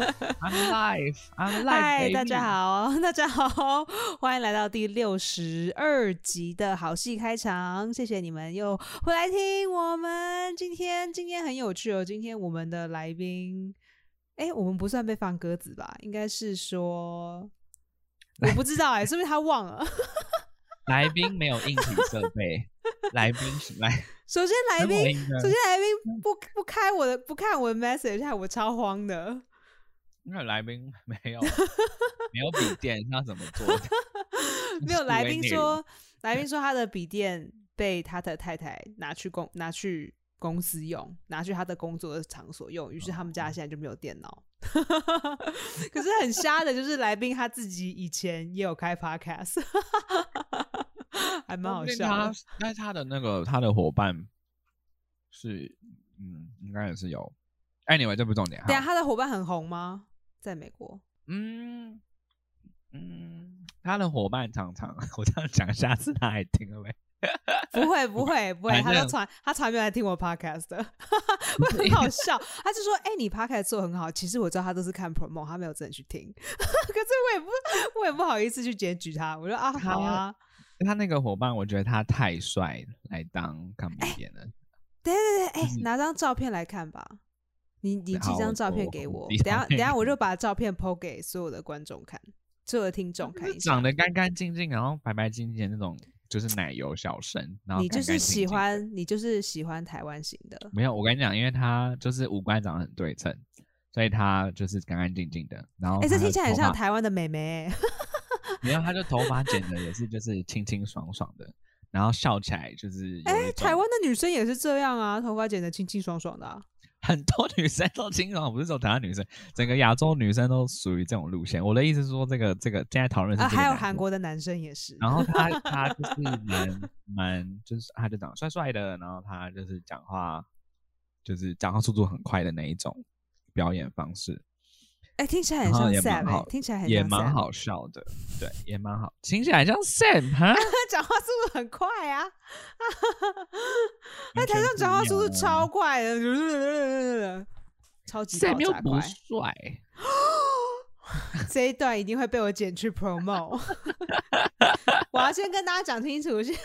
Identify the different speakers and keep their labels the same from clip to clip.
Speaker 1: I'm alive，I'm alive。
Speaker 2: 嗨，
Speaker 1: baby
Speaker 2: 大家。好， 大家好，欢迎来到第六十二集的好戏开场，谢谢你们又回来听我们。今天今天很有趣哦，今天我们的来宾，哎，我们不算被放鸽子吧？应该是说，我不知道哎、是不是他忘了？
Speaker 1: 来宾没有硬体设备，来宾来，
Speaker 2: 首先来
Speaker 1: 没有
Speaker 2: 宾，
Speaker 1: 硬的
Speaker 2: 首先来宾不不开我的不看我的 message，害我超慌的。
Speaker 1: 因为来宾没 有没有笔电，那怎么做的？
Speaker 2: 没有
Speaker 1: 思
Speaker 2: 来
Speaker 1: 维
Speaker 2: 宾
Speaker 1: 内
Speaker 2: 说，来宾说他的笔电被他的太太拿去公拿去公司用，拿去他的工作的场所用，于是他们
Speaker 1: 哦
Speaker 2: 家现在就没有电脑。 可是很瞎的，就是来宾他自己以前也有开 podcast，还 蛮
Speaker 1: 说
Speaker 2: 好
Speaker 1: 不定
Speaker 2: 笑的
Speaker 1: 他。哦那他的那个他的伙伴是，嗯，应该也是有。Anyway，这不是重点。
Speaker 2: 对啊，
Speaker 1: 好
Speaker 2: 他的伙伴很红吗？在美国，
Speaker 1: 嗯嗯，他的伙伴常常，我这样讲，下次他还听了没？
Speaker 2: 不会不会不会，
Speaker 1: 反
Speaker 2: 他都
Speaker 1: 正
Speaker 2: 传他传没有来听我 podcast 的， 会很好笑。他就说：“哎、你 podcast 做得很好。”其实我知道他都是看 promo，他没有真的去听。 可是我也不我也不好意思去检举他。我说啊，好啊，
Speaker 1: 他那个伙伴，我觉得他太帅了来当
Speaker 2: 哎
Speaker 1: 看不见了。
Speaker 2: 对对对，哎、
Speaker 1: 就是
Speaker 2: 拿张照片来看吧。你你
Speaker 1: 嗯
Speaker 2: 寄
Speaker 1: 好
Speaker 2: 张
Speaker 1: 我
Speaker 2: 照片
Speaker 1: 我
Speaker 2: 给
Speaker 1: 我
Speaker 2: 我，
Speaker 1: 寄
Speaker 2: 等下
Speaker 1: 照
Speaker 2: 等
Speaker 1: 片
Speaker 2: 下
Speaker 1: 给
Speaker 2: 我
Speaker 1: 你
Speaker 2: 就把照片 PO 给所有的观众看，所有的听众看
Speaker 1: 就是
Speaker 2: 一下。
Speaker 1: 长得干干净净，然后白白净净的那种，就是奶油小生。然后
Speaker 2: 你就
Speaker 1: 干干
Speaker 2: 是
Speaker 1: 净
Speaker 2: 喜
Speaker 1: 净的哦
Speaker 2: 欢你就是喜欢台湾型的，
Speaker 1: 没有，我跟你讲，因为他就是五官长得很对称，所以他就是干干净净的。然后
Speaker 2: 哎、
Speaker 1: 他的头发，
Speaker 2: 这听起来很像台湾的欸美眉、
Speaker 1: 没有，他就头发剪的也是就是清清爽爽的，然后笑起来就是有
Speaker 2: 哎、
Speaker 1: 一种
Speaker 2: 台湾的女生也是这样啊，头发剪得清清爽爽的、啊。
Speaker 1: 很多女生都清爽，不是说台湾女生，整个亚洲女生都属于这种路线。我的意思是说，这个这个现在讨论是、
Speaker 2: 啊，还有韩。国的男生也是。
Speaker 1: 然后他他就是蛮蛮就是他就长得帅帅的，然后他就是讲话就是讲话速度很快的那一种表演方式，
Speaker 2: 哎、听起来很
Speaker 1: 然后
Speaker 2: 像
Speaker 1: 也
Speaker 2: Sam，
Speaker 1: 蛮
Speaker 2: 欸、
Speaker 1: 好
Speaker 2: 听起来很像
Speaker 1: 也蛮
Speaker 2: Sam。
Speaker 1: 好笑的，对，也蛮好，听起来像 Sam 哈，
Speaker 2: 讲话速度很快啊！哎、
Speaker 1: 完全
Speaker 2: 台上讲话
Speaker 1: 不一
Speaker 2: 速度
Speaker 1: 样啊
Speaker 2: 超快的，超级爆
Speaker 1: Sam 又
Speaker 2: 炸
Speaker 1: 不
Speaker 2: 快。
Speaker 1: 帅，
Speaker 2: 这一段一定会被我剪去 promo。我要先跟大家讲清楚，现在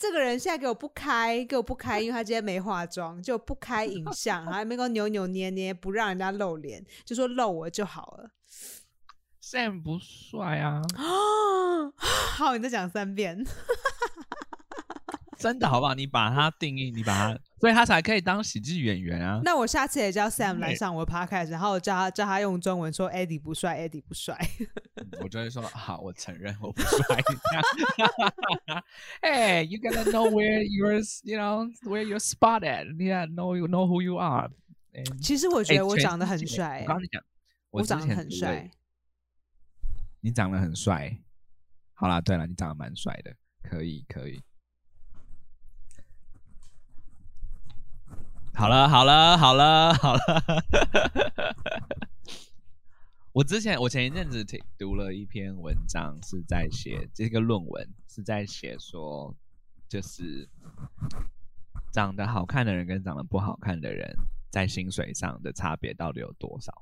Speaker 2: 这个人现在给我不开，给我不开，因为他今天没化妆，就不开影像，还没给我扭扭捏捏，不让人家露脸，就说露我就好了。
Speaker 1: Sam 不帅 啊，
Speaker 2: 哦， 好，你再讲 三遍。
Speaker 1: 真的好不好？你把他定义，你把他，所以他才可以当喜剧演员啊。
Speaker 2: 那我下次也叫 Sam 来
Speaker 1: 对
Speaker 2: 上我的 podcast，然后我叫他叫他用中文说 Eddie 不帅，Eddie 不帅。
Speaker 1: 嗯我就会说，好，我承认我不帅。hey, you gotta know where your, you know, where you're spotted. Yeah, know you know who you are. And-
Speaker 2: 其实我觉
Speaker 1: 哎
Speaker 2: 得我
Speaker 1: 全
Speaker 2: 长得
Speaker 1: 世
Speaker 2: 很
Speaker 1: 界
Speaker 2: 帅
Speaker 1: 我刚，刚讲，
Speaker 2: 我
Speaker 1: 之
Speaker 2: 长得
Speaker 1: 前
Speaker 2: 很
Speaker 1: 读了
Speaker 2: 帅。
Speaker 1: 你长得很帅。好啦，对了，你长得蛮帅的，可以可以。好了好了好了好了， 我之前我前一阵子听读了一篇文章，是在写这个论文是在写说，就是长得好看的人跟长得不好看的人在薪水上的差别到底有多少？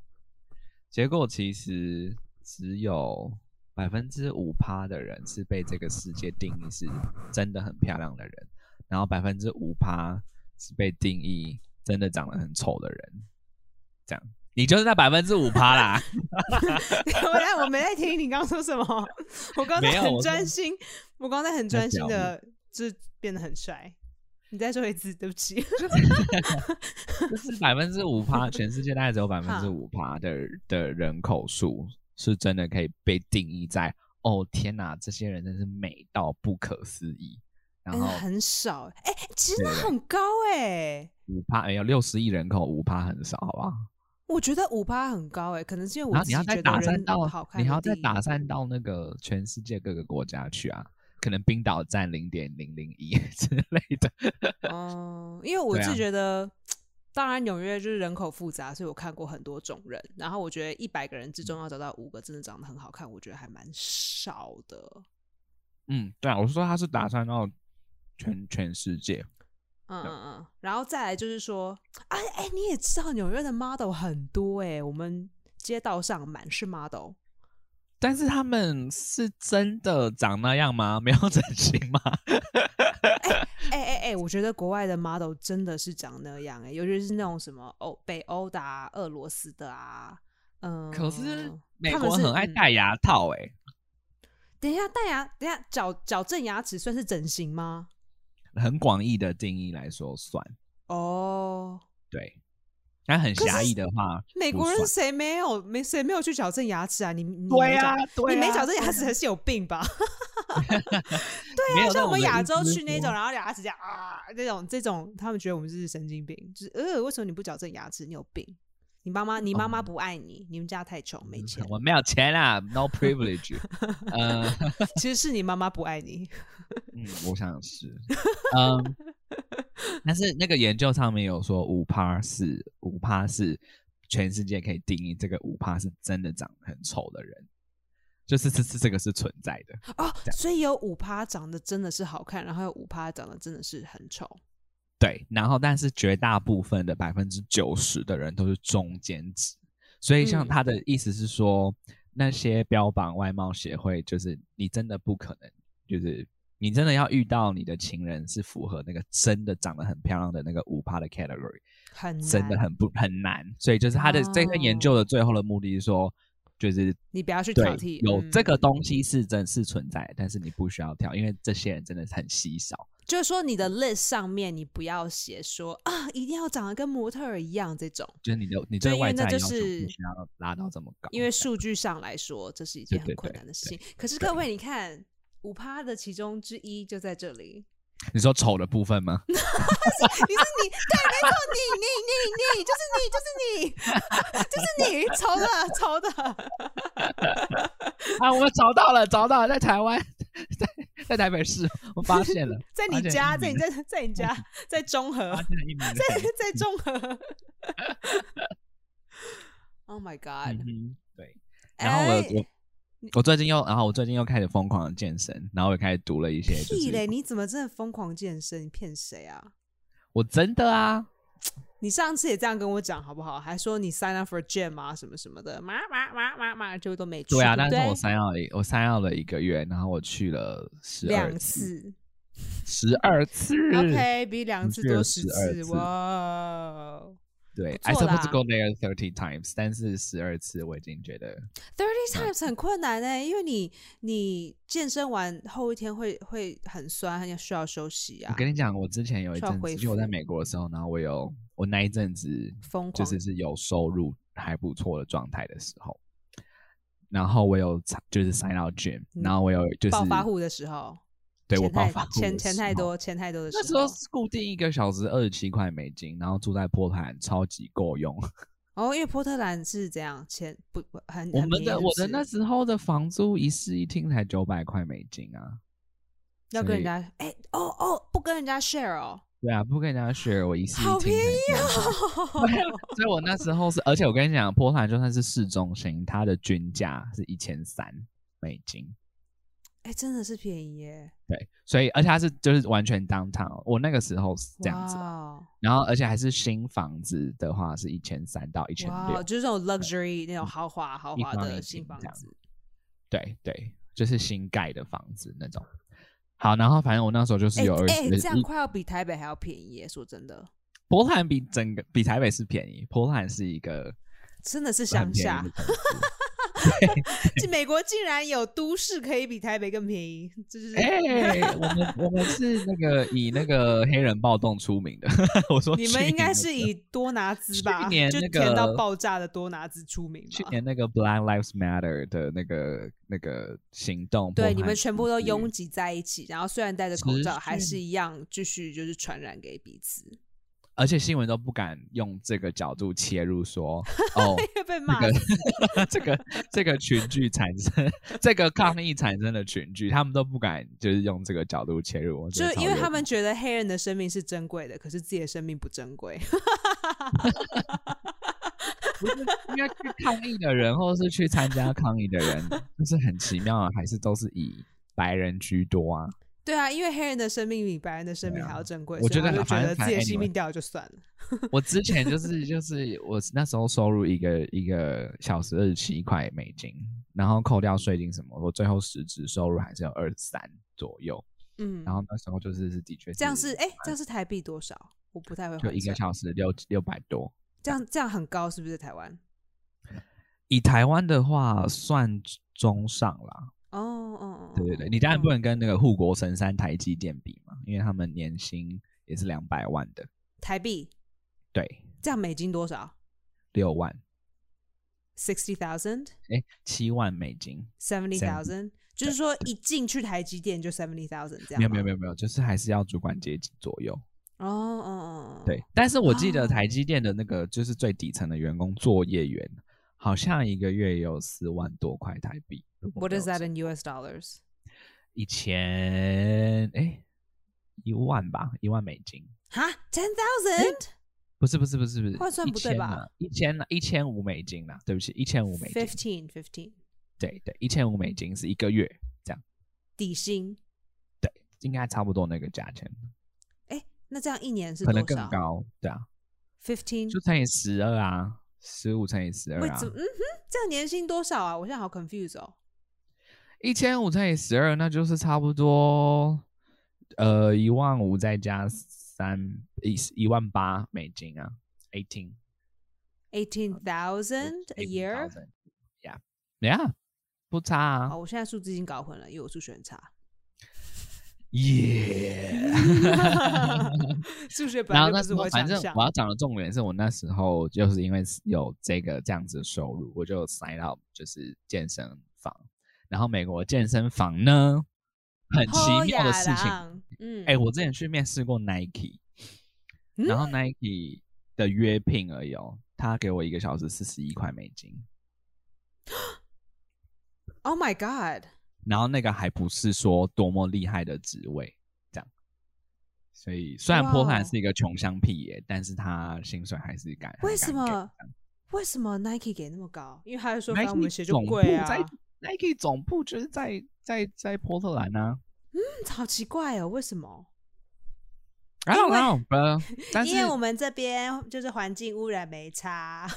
Speaker 1: 结果其实只有百分之五趴的人是被这个世界定义是真的很漂亮的人，然后百分之五趴是被定义真的长得很丑的人。这样，你就是那百分之五趴啦。
Speaker 2: 我在我没在听你刚刚说 什么，我刚才
Speaker 1: 没有
Speaker 2: 很
Speaker 1: 我说
Speaker 2: 专心，我刚才很专心
Speaker 1: 表
Speaker 2: 的，就是变得很帅。你再说一次，对不起。
Speaker 1: 就是百分之五趴，全世界大概只有百分之五趴的的人口数是真的可以被定义在哦天哪，这些人真是美到不可思议。 然
Speaker 2: 哎
Speaker 1: 后
Speaker 2: 那很少，哎、其实
Speaker 1: 对
Speaker 2: 那
Speaker 1: 对
Speaker 2: 很高哎、
Speaker 1: 五趴，哎呀，六十亿人口五趴很少，好不好？
Speaker 2: 我觉得五趴很高哎、可能是因为
Speaker 1: 然
Speaker 2: 我
Speaker 1: 后
Speaker 2: 自
Speaker 1: 你
Speaker 2: 己
Speaker 1: 要
Speaker 2: 觉
Speaker 1: 再
Speaker 2: 得
Speaker 1: 打散
Speaker 2: 人
Speaker 1: 到
Speaker 2: 好，看，
Speaker 1: 你还要再打，散到那个全世界各个国家去啊，可能冰岛占零点零零一 之类的。
Speaker 2: 嗯，因为我
Speaker 1: 对
Speaker 2: 自己
Speaker 1: 啊
Speaker 2: 觉得。当然，纽约就是人口复杂，所以我看过很多种人。然后我觉得一百个人
Speaker 1: 嗯
Speaker 2: 之中要找到五个真的长得很好看，我觉得还蛮少的。
Speaker 1: 嗯，对啊，我是说他是打散到全全世界，
Speaker 2: 嗯嗯嗯，然后再来就是说，啊，哎、你也知道纽约的 model 很多哎、我们街道上满是 model。
Speaker 1: 但是他们是真的长那样吗？ 没有整形吗？
Speaker 2: 哎哎哎，我觉得国外的 model 真的是长那样哎、尤其是那种什么欧北欧的啊、俄罗斯的啊，嗯。
Speaker 1: 可是美
Speaker 2: 他们
Speaker 1: 国
Speaker 2: 是
Speaker 1: 很爱
Speaker 2: 嗯
Speaker 1: 戴牙套、欸，
Speaker 2: 等一下，戴牙，等一下矫矫正牙齿算是整形吗？
Speaker 1: 很广义的定义来说算
Speaker 2: 哦，
Speaker 1: 对，但很
Speaker 2: 可
Speaker 1: 狭
Speaker 2: 是
Speaker 1: 义的话，
Speaker 2: 美
Speaker 1: 不
Speaker 2: 国人
Speaker 1: 算
Speaker 2: 谁没有没谁没有去矫正牙齿啊？你你
Speaker 1: 对
Speaker 2: 没矫
Speaker 1: 呀、对、啊
Speaker 2: 你没矫正牙齿是有病吧？
Speaker 1: 没
Speaker 2: 对
Speaker 1: 有
Speaker 2: 啊，
Speaker 1: 那
Speaker 2: 像我们
Speaker 1: 种
Speaker 2: 亚
Speaker 1: 人
Speaker 2: 洲
Speaker 1: 就是
Speaker 2: 去那
Speaker 1: 说
Speaker 2: 种，然后牙齿这样啊，那种这种，他们觉得我们是神经病，就是呃，为什么你不矫正牙齿？你有病？你妈妈，你妈妈
Speaker 1: 哦，
Speaker 2: 不爱你，你们家太穷没钱
Speaker 1: 嗯 我没有钱啦，no privilege，呃，
Speaker 2: 嗯其实是你妈妈不爱 你。
Speaker 1: 嗯，我想是，嗯，但是那个研究上面有说五趴是五趴是全世界可以定义这个五趴是真的长得很丑的人，就是这这这个是存在的，
Speaker 2: 哦，
Speaker 1: 这样
Speaker 2: 所以有五趴长得真的是好看，然后有五趴长得真的是很丑。
Speaker 1: 对，然后但是绝大部分的百分之九十的人都是中间值，所以像
Speaker 2: 嗯
Speaker 1: 他的意思是说，那些标榜外貌协会，就是你真的不可能，就是你真的要遇到你的情人是符合那个真的长得很漂亮的那个五趴的 category，
Speaker 2: 很
Speaker 1: 真的
Speaker 2: 难
Speaker 1: 很不很难。所以就是他的这个研究的最后的目的是说，就是
Speaker 2: 你不要去哦
Speaker 1: 对
Speaker 2: 挑剔，
Speaker 1: 有
Speaker 2: 嗯
Speaker 1: 这个东西是真是存在，但是你不需要挑，因为这些人真的是很稀少。
Speaker 2: 就是说你的 list 上面你不要写说啊，一定要长得跟模特儿一样这种，
Speaker 1: 就是你的你这
Speaker 2: 对
Speaker 1: 个
Speaker 2: 因
Speaker 1: 外
Speaker 2: 为那
Speaker 1: 在
Speaker 2: 就
Speaker 1: 要求
Speaker 2: 是
Speaker 1: 必须要拉到这么高，
Speaker 2: 因为
Speaker 1: 这样
Speaker 2: 数据上来说这是一
Speaker 1: 对
Speaker 2: 件很
Speaker 1: 对
Speaker 2: 困
Speaker 1: 对
Speaker 2: 难的事情。可是各位，你看五趴的其中之一就在这里，
Speaker 1: 你说丑的部分吗？
Speaker 2: 你是你，对，没错，你你你你就是你，就是你，就是你，丑的丑 的，
Speaker 1: 啊，我找到了，找到了，在台湾，在在台北市，我发现了，
Speaker 2: 在你
Speaker 1: 而且
Speaker 2: 家，
Speaker 1: 你
Speaker 2: 在你在在你 家，在中和
Speaker 1: 发，现了一名的
Speaker 2: 在
Speaker 1: 粉
Speaker 2: 在中 和。Oh my god！哎
Speaker 1: 嗯哼哎对，然后我我我最近又，然后我最近又开始疯狂的健身，然后我也开始读了一些，就
Speaker 2: 屁嘞！
Speaker 1: 是
Speaker 2: 你怎么真的疯狂健身？你骗谁啊？
Speaker 1: 我真的啊，
Speaker 2: 你上次也这样跟我讲好不好？还说你 sign up for gym 啊什么什么的，嘛嘛嘛嘛嘛，就都没去。
Speaker 1: 对啊，
Speaker 2: 对
Speaker 1: 但
Speaker 2: 不
Speaker 1: 是
Speaker 2: 对
Speaker 1: 我三要了一我三要了一个月，然后我去了十二
Speaker 2: 两，次
Speaker 1: 十二次
Speaker 2: ，OK，比两次
Speaker 1: 去
Speaker 2: 多
Speaker 1: 了
Speaker 2: 十
Speaker 1: 12
Speaker 2: 次，
Speaker 1: 次
Speaker 2: 哇哦
Speaker 1: 对
Speaker 2: 不
Speaker 1: ，I
Speaker 2: 错
Speaker 1: supposed to
Speaker 2: 啦
Speaker 1: go there thirty times，但是十二次我已经觉得
Speaker 2: ，thirty times 很困难呢、因为你你健身完后一天会会很酸，很需要休息啊
Speaker 1: 我，跟你讲，我之前有一
Speaker 2: 需要
Speaker 1: 阵子，
Speaker 2: 恢
Speaker 1: 因为我在
Speaker 2: 复
Speaker 1: 美国的时候，然后我有我那一阵子
Speaker 2: 疯
Speaker 1: 就
Speaker 2: 狂
Speaker 1: 是是有收入还不错的状态的时候，然后我有参就是 sign out gym，、
Speaker 2: 嗯
Speaker 1: 然后我有就是
Speaker 2: 暴发户的时候，
Speaker 1: 对我
Speaker 2: 钱
Speaker 1: 爆
Speaker 2: 太
Speaker 1: 发户
Speaker 2: 钱
Speaker 1: 的
Speaker 2: 钱
Speaker 1: 时
Speaker 2: 太
Speaker 1: 候。
Speaker 2: 多，钱太多的时
Speaker 1: 那
Speaker 2: 候，
Speaker 1: 时候是固定一个小时二十七块美金，然后住在波特兰，超级够 用。
Speaker 2: 哦，因为波特兰是这样，钱不不很
Speaker 1: 我
Speaker 2: 很
Speaker 1: 们
Speaker 2: 便宜
Speaker 1: 的
Speaker 2: 是
Speaker 1: 我
Speaker 2: 不
Speaker 1: 的
Speaker 2: 是
Speaker 1: 那时候的房租一室一厅才九百块美金啊！
Speaker 2: 要
Speaker 1: 所
Speaker 2: 跟人
Speaker 1: 以
Speaker 2: 家哎、哦哦不跟人家 share 哦，
Speaker 1: 对啊，不跟人家 share，我一室一厅
Speaker 2: 好
Speaker 1: 才
Speaker 2: 便宜哦
Speaker 1: 900所 以我那时候是，而且我跟你讲，波兰就算是市中心，它的均价是一千三美金。
Speaker 2: 哎、真的是便宜耶！
Speaker 1: 对，所以而且它是就是完全 downtown，我那个时候是这样子，
Speaker 2: 哇
Speaker 1: 然后而且还是新房子的话是一千三到一千
Speaker 2: 哇，
Speaker 1: 六，
Speaker 2: 就是那种 luxury 那种豪华豪
Speaker 1: 嗯一
Speaker 2: 华
Speaker 1: 房
Speaker 2: 的
Speaker 1: 一
Speaker 2: 新
Speaker 1: 厅
Speaker 2: 房
Speaker 1: 这样
Speaker 2: 子，
Speaker 1: 对对，就是新盖的房子那种。好，然后反正我那时候就是
Speaker 2: 哎
Speaker 1: 有二
Speaker 2: 哎、
Speaker 1: 十、
Speaker 2: 这样
Speaker 1: 一
Speaker 2: 快要比台北还要便宜耶！说真的，
Speaker 1: 波兰比整个比台北市便宜，波兰是一个
Speaker 2: 真的是
Speaker 1: 很
Speaker 2: 乡
Speaker 1: 便
Speaker 2: 下
Speaker 1: 宜的，城市。
Speaker 2: 这美国竟然有都市可以比台北更便宜，这就是、
Speaker 1: 哎、我们我们是那个以那个黑人暴动出名的。 我说
Speaker 2: 你
Speaker 1: 去
Speaker 2: 们应该
Speaker 1: 年
Speaker 2: 是
Speaker 1: 的
Speaker 2: 以多拿兹
Speaker 1: 去
Speaker 2: 吧，
Speaker 1: 年
Speaker 2: 就
Speaker 1: 那
Speaker 2: 甜到
Speaker 1: 个
Speaker 2: 爆炸的多拿兹出名
Speaker 1: 去
Speaker 2: 吧。
Speaker 1: 年那个 Black Lives Matter 的那个那个行动，
Speaker 2: 对，
Speaker 1: 波
Speaker 2: 你
Speaker 1: 兰
Speaker 2: 们全部
Speaker 1: 是
Speaker 2: 都拥挤在一起，然后虽然戴着口
Speaker 1: 持
Speaker 2: 罩，还
Speaker 1: 续
Speaker 2: 是一样继续就是传染给彼此，
Speaker 1: 而且新闻都不敢用这个角度切入 说，哦，
Speaker 2: 会被
Speaker 1: 这
Speaker 2: 骂死。
Speaker 1: 个这个这个群聚产生， 这个抗议产生的群聚，他们都不敢就是用这个角度切入，我觉
Speaker 2: 就
Speaker 1: 得
Speaker 2: 是
Speaker 1: 超
Speaker 2: 因为
Speaker 1: 有
Speaker 2: 他 们觉得黑人的生命是珍贵的，可是自己的生命不珍贵。
Speaker 1: 不是因为去抗议的人，或者是 去参加抗议的人，就是很奇妙啊，还是都是以白人居多啊。
Speaker 2: 对啊，因为黑人的生命比白人的生命还要珍贵，
Speaker 1: 啊我
Speaker 2: 所以
Speaker 1: 觉得
Speaker 2: 他就
Speaker 1: 反
Speaker 2: 觉
Speaker 1: 正
Speaker 2: 得自
Speaker 1: 反
Speaker 2: 己的
Speaker 1: 正
Speaker 2: 性命
Speaker 1: anyway
Speaker 2: 掉了就算了。
Speaker 1: 我之前就是就是我那时候收入一个一个小时二十七块美金，然后扣掉税金什么，我最后实质收入还是有二三左右。
Speaker 2: 嗯，
Speaker 1: 然后那时候就是是的确
Speaker 2: 这样是哎、这样是台币多少？我不太会
Speaker 1: 就
Speaker 2: 换
Speaker 1: 一个
Speaker 2: 算。
Speaker 1: 小时六六百多。
Speaker 2: 这样这样很高，是不是在台湾？
Speaker 1: 以台湾的话算中上啦，
Speaker 2: 哦哦哦，
Speaker 1: 对对对，
Speaker 2: 哦
Speaker 1: 你当然不
Speaker 2: 嗯
Speaker 1: 能跟那个护国神山台积电比嘛，因为他们年薪也是两百万的，
Speaker 2: 台币
Speaker 1: 对，
Speaker 2: 这样美金多少
Speaker 1: 六万
Speaker 2: ？Sixty thousand,
Speaker 1: 哎七万美金，
Speaker 2: seventy thousand，就是说一进去台积电就 seventy thousand 这样
Speaker 1: 没
Speaker 2: 吗。
Speaker 1: 有没有没有没有，就是还是要主管阶级左右。
Speaker 2: 哦哦哦，哦
Speaker 1: 对，，但是我记得
Speaker 2: 哦
Speaker 1: 台积电的那个就是最底层的员工作业员，好像一个月也有四万多块台币。如果
Speaker 2: What
Speaker 1: 没
Speaker 2: is
Speaker 1: 有
Speaker 2: that
Speaker 1: 记
Speaker 2: in U.S. dollars？
Speaker 1: 以前哎一万吧，一万美金。
Speaker 2: 哈，ten thousand,
Speaker 1: 不是不是不是不是，
Speaker 2: 换算不对吧
Speaker 1: 一千啊啦，一千五美金啦，对不起，一千五美金，
Speaker 2: fifteen, fifteen，
Speaker 1: 对对，一千五美金是一个月，
Speaker 2: 底薪。
Speaker 1: 应该差不多那个价钱，
Speaker 2: 哎，那这样一年是
Speaker 1: 可
Speaker 2: 多
Speaker 1: 能
Speaker 2: 少
Speaker 1: 更高，对啊，
Speaker 2: ？fifteen，
Speaker 1: 就乘以十二啊，十五乘以十二
Speaker 2: 为
Speaker 1: 啊
Speaker 2: 怎，么？嗯哼，这样年薪多少啊？我现在好 confused 哦。
Speaker 1: 一千五乘以十二，那就是差不多，呃，一万五再加三一一万八美金啊，eighteen 嗯
Speaker 2: Eighteen thousand a year。
Speaker 1: yeah，yeah，不差啊
Speaker 2: 好，我现在数字已经搞混了，因为我数学 很差。
Speaker 1: ，yeah。
Speaker 2: 数学本
Speaker 1: 然
Speaker 2: 来
Speaker 1: 后那时
Speaker 2: 就不是
Speaker 1: 候
Speaker 2: 我
Speaker 1: 反
Speaker 2: 想
Speaker 1: 正
Speaker 2: 象
Speaker 1: 我。要讲的重点是我那时候就是因为是有这个这样子的收入，我就 sign up 就是健身房。然后美国健身房呢，很
Speaker 2: 哦
Speaker 1: 奇妙的事情，哎、
Speaker 2: 情。嗯，
Speaker 1: 我之前去面试过 Nike，、然后 Nike 的约聘而已哦，他给我一个小时四十一块美金，
Speaker 2: ，Oh my God，
Speaker 1: 然后那个还不是说多么厉害的职位，这样。所以虽然
Speaker 2: 哇哦
Speaker 1: 波特兰是一个穷乡僻野，但是他薪水还是敢。
Speaker 2: 为
Speaker 1: 还
Speaker 2: 什
Speaker 1: 敢给
Speaker 2: 么为什么 Nike 给那么高？因为他就说，反
Speaker 1: Nike
Speaker 2: 正我们鞋就
Speaker 1: 总部
Speaker 2: 贵啊
Speaker 1: 在，Nike 总部就是在在在波特兰啊。
Speaker 2: 嗯好奇怪哦，为什么？
Speaker 1: I don't know, bro. 但是
Speaker 2: 因为我们这边就是环境污染没 差，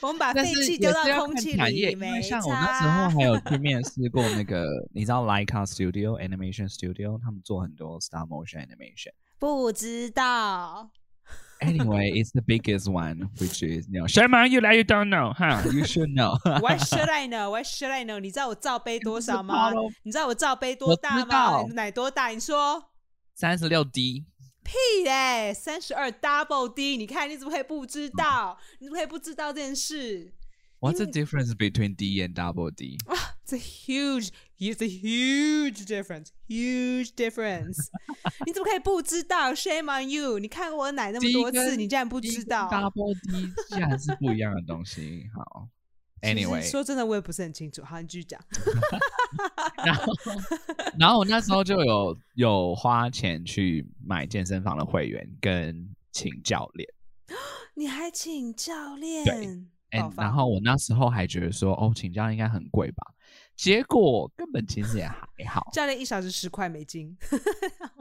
Speaker 2: 我们把
Speaker 1: 但
Speaker 2: 废
Speaker 1: 是
Speaker 2: 气
Speaker 1: 也
Speaker 2: 丢
Speaker 1: 是要
Speaker 2: 到空
Speaker 1: 看
Speaker 2: 气
Speaker 1: 产业，
Speaker 2: 里，
Speaker 1: 因为
Speaker 2: 没
Speaker 1: 像
Speaker 2: 差。啊
Speaker 1: 我那时候还有 去面试过那个，你知道 Leica Studio Animation Studio，他们做很多 stop motion animation。
Speaker 2: 不知道，
Speaker 1: Anyway, it's the biggest one, which is you know, Sherman, you like you don't know, huh? You should know.
Speaker 2: Why should I know? Why should I know? 你知道我罩杯多少吗
Speaker 1: 知道咯？
Speaker 2: 你知道我罩杯
Speaker 1: 我
Speaker 2: 多
Speaker 1: 知
Speaker 2: 大吗
Speaker 1: 道？
Speaker 2: 奶多大？你说
Speaker 1: 三十六 D，
Speaker 2: 屁嘞！三十二 double D，你看你怎么可以不知道？你怎么可以不知道这件事
Speaker 1: What's the difference between D and double D？
Speaker 2: ？It's a huge, it's a huge difference, huge difference 。 你怎么可以不知道？Shame on you！你看过我奶那么多
Speaker 1: 第一
Speaker 2: 次，
Speaker 1: 根
Speaker 2: 你竟然不
Speaker 1: 不
Speaker 2: 知道。
Speaker 1: double D 竟然是不一样的东西。好
Speaker 2: 其实
Speaker 1: ，Anyway，
Speaker 2: 说真的，我也不是很清楚。好，你继续讲。
Speaker 1: 然后，然后我那时候就有有花钱去买健身房的会员跟请教练。
Speaker 2: 你还请教练？
Speaker 1: 哎
Speaker 2: 爆，发，
Speaker 1: 然后我那时候还觉得说，哦，请教练应该很贵吧？结果根本其实也还好
Speaker 2: 教练一小时十块美金。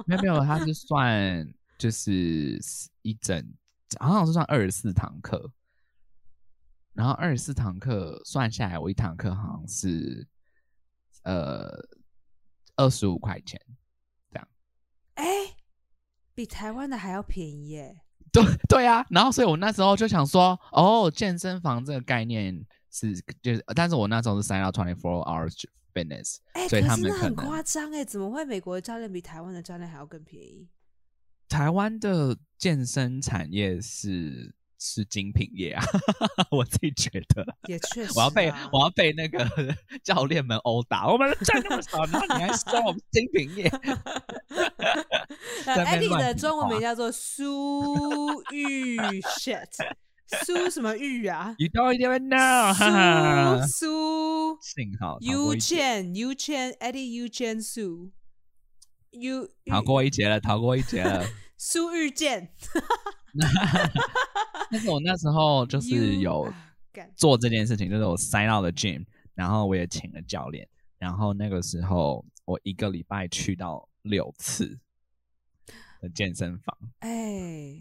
Speaker 1: 没有没有，他是算就是一整，好像是算二十四堂课，然后二十四堂课算下来，我一堂课好像是呃二十五块钱，
Speaker 2: 哎、比台湾的还要便宜耶！
Speaker 1: 对对啊，然后所以我那时候就想说，哦，健身房这个概念是就是，但是我那时候是 sign up twenty four hours fitness，
Speaker 2: 哎、
Speaker 1: 所以
Speaker 2: 可
Speaker 1: 他
Speaker 2: 是
Speaker 1: 们
Speaker 2: 那
Speaker 1: 可
Speaker 2: 很
Speaker 1: 能
Speaker 2: 夸张哎，怎么会美国的教练比台湾的教练还要更便宜？
Speaker 1: 台湾的健身产业是是精品业啊， 我自己觉得，
Speaker 2: 也确实、啊，
Speaker 1: 我要被我要被那个 教练们殴打，我们赚那么少，然后你还说我们精品业，
Speaker 2: 呃
Speaker 1: 在那边
Speaker 2: Eddie
Speaker 1: 乱
Speaker 2: 的
Speaker 1: 比
Speaker 2: 中文
Speaker 1: 划
Speaker 2: 名叫做苏玉 shit，苏什么玉啊？
Speaker 1: 你都 even know，哈哈，
Speaker 2: 苏苏
Speaker 1: 幸好逃过
Speaker 2: ，U
Speaker 1: 一劫，
Speaker 2: Chen U Chen Eddie U Chen 苏 U
Speaker 1: 逃过一劫了，逃过一劫了。
Speaker 2: 苏玉健，
Speaker 1: 但是我那时候就
Speaker 2: You-
Speaker 1: 是有
Speaker 2: 啊干
Speaker 1: 做这件事情，就是我塞到了 gym，然后我也请了教练，然后那个时候我一个礼拜去到六次的健身房，
Speaker 2: 哎，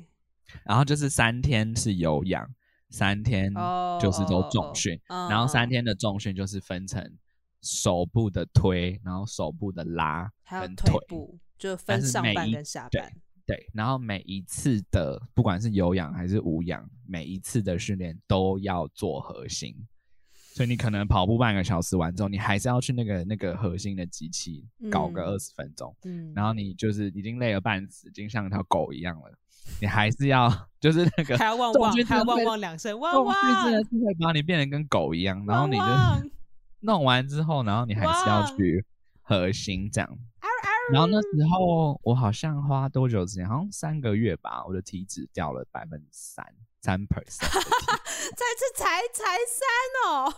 Speaker 1: 然后就是三天是有氧，三天
Speaker 2: 哦，
Speaker 1: 嗯就是都
Speaker 2: 哦
Speaker 1: 重训，，
Speaker 2: 哦
Speaker 1: 然后三，
Speaker 2: 哦
Speaker 1: 天的重训就是分成手部的推，然后手部的拉
Speaker 2: 还有
Speaker 1: 跟
Speaker 2: 腿
Speaker 1: 腿
Speaker 2: 部，就分
Speaker 1: 但是
Speaker 2: 上
Speaker 1: 每
Speaker 2: 半
Speaker 1: 一
Speaker 2: 跟下
Speaker 1: 对
Speaker 2: 半，
Speaker 1: 对，然后每一次的不管是有氧还是无氧，每一次的训练都要做核心，所以你可能跑步半个小时完之后，你还是要去那个那个核心的机器搞个
Speaker 2: 嗯
Speaker 1: 二十分钟，
Speaker 2: 嗯，
Speaker 1: 然后你就是已经累了半死，已经像条狗一样了，你还是要 就是那个
Speaker 2: 还要旺
Speaker 1: 重
Speaker 2: 旺，
Speaker 1: 训
Speaker 2: 还要
Speaker 1: 真的
Speaker 2: 旺
Speaker 1: 会
Speaker 2: 旺两声，旺
Speaker 1: 重
Speaker 2: 旺，
Speaker 1: 训真的是会把你变得跟狗一样，然后你就
Speaker 2: 汪汪
Speaker 1: 弄完之后，然后你还是要去核心这样。然后那时候我好像花多久时间？好像三个月吧，我的体脂掉了百分之三三 percent。
Speaker 2: 再次才才三哦，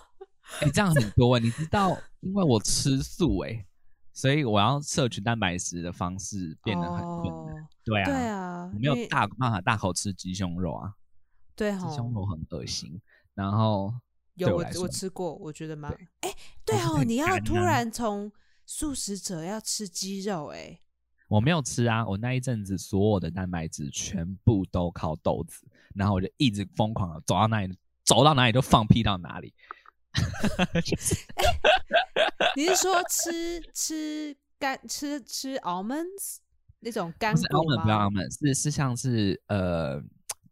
Speaker 1: 哎、这样很多、欸，你知道，因为我吃素哎、所以我要摄取蛋白质的方式变得很困难。
Speaker 2: 哦
Speaker 1: 对啊，
Speaker 2: 对啊，
Speaker 1: 我没
Speaker 2: 因为
Speaker 1: 有大办法大口吃鸡胸肉啊，
Speaker 2: 对
Speaker 1: 鸡胸
Speaker 2: 吼，
Speaker 1: 肉很恶心。然后对
Speaker 2: 有
Speaker 1: 我
Speaker 2: 我
Speaker 1: 来
Speaker 2: 我
Speaker 1: 说
Speaker 2: 吃过，我觉得蛮
Speaker 1: 对
Speaker 2: 哎，对
Speaker 1: 是
Speaker 2: 哦，
Speaker 1: 很
Speaker 2: 你要
Speaker 1: 干
Speaker 2: 突
Speaker 1: 啊
Speaker 2: 然从素食者要吃鸡肉，哎，
Speaker 1: 我没有吃啊，我那一阵子所有的蛋白质全部都靠豆子，然后我就一直疯狂的走到哪里，走到哪里就放屁到哪里。
Speaker 2: 你是说吃吃干吃吃 almonds 那种干
Speaker 1: 不是
Speaker 2: 果
Speaker 1: almond，不要
Speaker 2: 吗？
Speaker 1: almond，是是像是呃，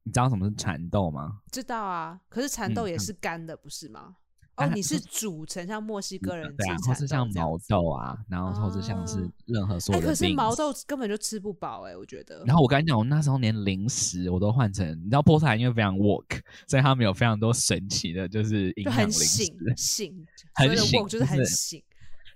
Speaker 1: 你知道什么是蚕豆吗？
Speaker 2: 知道啊，可是蚕
Speaker 1: 嗯
Speaker 2: 豆也
Speaker 1: 嗯
Speaker 2: 是干的，不是吗？
Speaker 1: 啊
Speaker 2: 哦，你
Speaker 1: 就是
Speaker 2: 煮成像墨西哥人吃
Speaker 1: 对啊，
Speaker 2: 蚕
Speaker 1: 或
Speaker 2: 豆
Speaker 1: 是像
Speaker 2: 这样
Speaker 1: 毛
Speaker 2: 子
Speaker 1: 豆啊，然后或是像是
Speaker 2: 啊
Speaker 1: 任何所
Speaker 2: 哎，
Speaker 1: 有的
Speaker 2: 可是
Speaker 1: 零
Speaker 2: 毛
Speaker 1: 食
Speaker 2: 豆根本就吃不饱哎，我觉得。
Speaker 1: 然后我跟你讲，我那时候连零食我都换成，你知道波特兰因为非常 work，所以他们有非常多神奇的，就是营
Speaker 2: 就
Speaker 1: 养零
Speaker 2: 很
Speaker 1: 食，
Speaker 2: 醒醒，
Speaker 1: 很
Speaker 2: 所谓的
Speaker 1: 醒
Speaker 2: woke 就是
Speaker 1: 就
Speaker 2: 很
Speaker 1: 是
Speaker 2: 醒，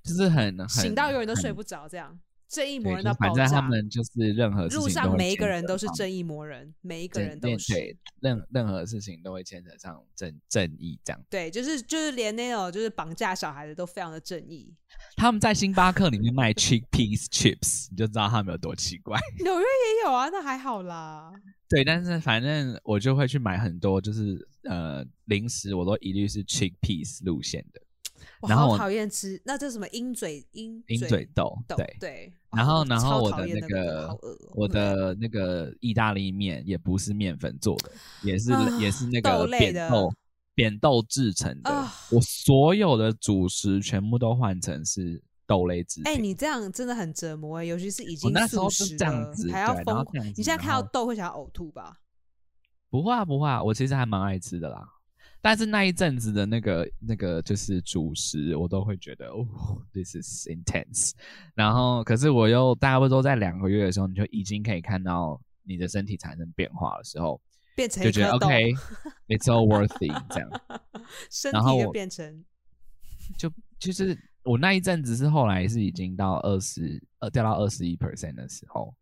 Speaker 1: 就是很很
Speaker 2: 醒到永远都
Speaker 1: 很
Speaker 2: 睡不着，这样正义魔
Speaker 1: 对
Speaker 2: 人
Speaker 1: 就
Speaker 2: 到
Speaker 1: 是反
Speaker 2: 爆
Speaker 1: 正他
Speaker 2: 炸。
Speaker 1: 们就是任何事
Speaker 2: 路
Speaker 1: 情
Speaker 2: 上
Speaker 1: 会
Speaker 2: 每一个
Speaker 1: 牵
Speaker 2: 人
Speaker 1: 扯
Speaker 2: 都是
Speaker 1: 上
Speaker 2: 正义魔人，每一个
Speaker 1: 对
Speaker 2: 人都
Speaker 1: 对
Speaker 2: 是。
Speaker 1: 对任任何事情都会牵扯上正正义这样。
Speaker 2: 对，就是就是连那种就是绑架小孩的都非常的正义。
Speaker 1: 他们在星巴克里面卖 chickpeas chips，你就知道他们有多奇怪。
Speaker 2: 纽约也有啊，那还好啦。
Speaker 1: 对，但是反正我就会去买很多，就是呃零食，我都一律是 chickpeas 路线的
Speaker 2: 我
Speaker 1: 然后
Speaker 2: 好
Speaker 1: 我
Speaker 2: 讨厌吃，那叫什么鹰嘴鹰
Speaker 1: 鹰嘴豆。
Speaker 2: 豆
Speaker 1: 对，
Speaker 2: 对。
Speaker 1: 然
Speaker 2: 哦
Speaker 1: 后然后
Speaker 2: 超
Speaker 1: 我
Speaker 2: 讨
Speaker 1: 的
Speaker 2: 厌
Speaker 1: 那
Speaker 2: 个
Speaker 1: 个
Speaker 2: 好恶哦，
Speaker 1: 我
Speaker 2: 对
Speaker 1: 的那个意大利面也不是面粉做的，也是、
Speaker 2: 啊
Speaker 1: 也是那
Speaker 2: 豆
Speaker 1: 个
Speaker 2: 类
Speaker 1: 扁
Speaker 2: 的
Speaker 1: 豆扁豆制成的。
Speaker 2: 啊
Speaker 1: 我所有的主食全部都换成是豆类制
Speaker 2: 哎、
Speaker 1: 品。
Speaker 2: 你这样真的很折磨哎、尤其是已
Speaker 1: 我
Speaker 2: 经
Speaker 1: 那时
Speaker 2: 素
Speaker 1: 候就
Speaker 2: 食
Speaker 1: 这样
Speaker 2: 了
Speaker 1: 子，对
Speaker 2: 还要
Speaker 1: 然
Speaker 2: 疯
Speaker 1: 后
Speaker 2: 狂。
Speaker 1: 这样子
Speaker 2: 你现在看到
Speaker 1: 然后
Speaker 2: 豆会想要呕吐吧？
Speaker 1: 不会啊不会啊，我其实还蛮爱吃的啦。但是那一阵子的那个那个就是主食，我都会觉得哦，this is intense。然后，可是我又大概都在两个月的时候，你就已经可以看到你的身体产生变化的时候，
Speaker 2: 变成
Speaker 1: 就
Speaker 2: 一
Speaker 1: 觉得
Speaker 2: 颗豆，
Speaker 1: OK，it's all worthy 这样。
Speaker 2: 身
Speaker 1: 然后
Speaker 2: 体也
Speaker 1: 我
Speaker 2: 变成
Speaker 1: 就就是我那一阵子是后来是已经到二十呃掉到二十一 percent 的时候，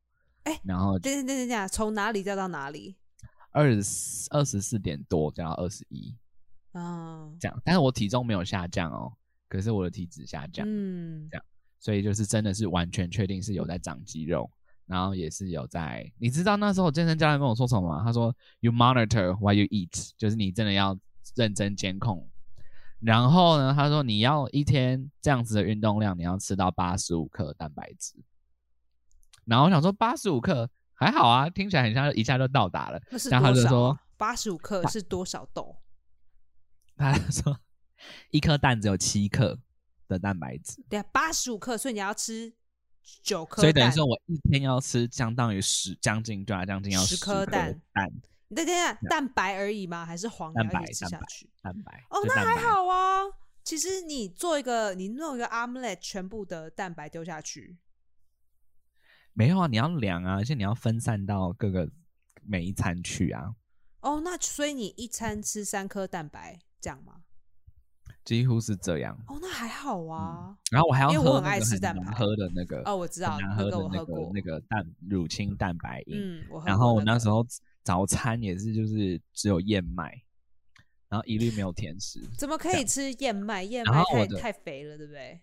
Speaker 2: 哎
Speaker 1: 然后
Speaker 2: 等等等等等，啊从哪里掉到哪里？
Speaker 1: 二十二十四点多掉到二十一
Speaker 2: 啊，
Speaker 1: 这样，但是我体重没有下降哦，可是我的体脂下降，
Speaker 2: 嗯，
Speaker 1: 所以就是真的是完全确定是有在长肌肉。然后也是有在，你知道那时候健身教练跟我说什么吗？他说，You monitor what you eat，就是你真的要认真监控。然后呢，他说你要一天这样子的运动量，你要吃到八十五克蛋白质。然后我想说八十五克还好啊，听起来很像一下就到达了。
Speaker 2: 那是
Speaker 1: 然后他
Speaker 2: 多
Speaker 1: 就
Speaker 2: 少
Speaker 1: 说
Speaker 2: 啊？八十五克是多少豆？
Speaker 1: 他 说一颗蛋只有七克的蛋白质，
Speaker 2: 对啊，八十五克，所以你要吃九颗蛋，
Speaker 1: 所以等于说我一天要吃相当于十将近对啊，将近要
Speaker 2: 10颗
Speaker 1: 颗
Speaker 2: 蛋
Speaker 1: 蛋
Speaker 2: 你再等一下蛋白而已吗？还是黄
Speaker 1: 蛋
Speaker 2: 你要一
Speaker 1: 白
Speaker 2: 直
Speaker 1: 蛋
Speaker 2: 吃下
Speaker 1: 白嗯
Speaker 2: 去？
Speaker 1: 蛋白
Speaker 2: 哦
Speaker 1: 就
Speaker 2: 那
Speaker 1: 蛋白
Speaker 2: 好啊，其实你做一个，你弄一个 omelette，全部的蛋白丢下去，
Speaker 1: 没有啊，你要量啊，而且你要分散到各个每一餐去啊，
Speaker 2: 哦，那所以你一餐吃三颗蛋白，这样吗？
Speaker 1: 几乎是这样。
Speaker 2: 哦，那还好啊。
Speaker 1: 然后我还要
Speaker 2: 因为我
Speaker 1: 喝
Speaker 2: 很爱
Speaker 1: 那个
Speaker 2: 吃
Speaker 1: 很
Speaker 2: 蛋
Speaker 1: 难
Speaker 2: 白
Speaker 1: 喝的那个
Speaker 2: 哦，我知道
Speaker 1: 嗯很难
Speaker 2: 那
Speaker 1: 喝
Speaker 2: 个
Speaker 1: 的
Speaker 2: 我
Speaker 1: 那
Speaker 2: 喝
Speaker 1: 个
Speaker 2: 过，
Speaker 1: 那个蛋乳清蛋白饮。
Speaker 2: 嗯，我喝
Speaker 1: 然后
Speaker 2: 过
Speaker 1: 我那
Speaker 2: 个
Speaker 1: 时候早餐也是就是只有燕麦，然后一律没有甜食。
Speaker 2: 怎么可以吃燕麦？燕
Speaker 1: 然
Speaker 2: 麦
Speaker 1: 后我
Speaker 2: 太
Speaker 1: 的
Speaker 2: 太肥了，对不对？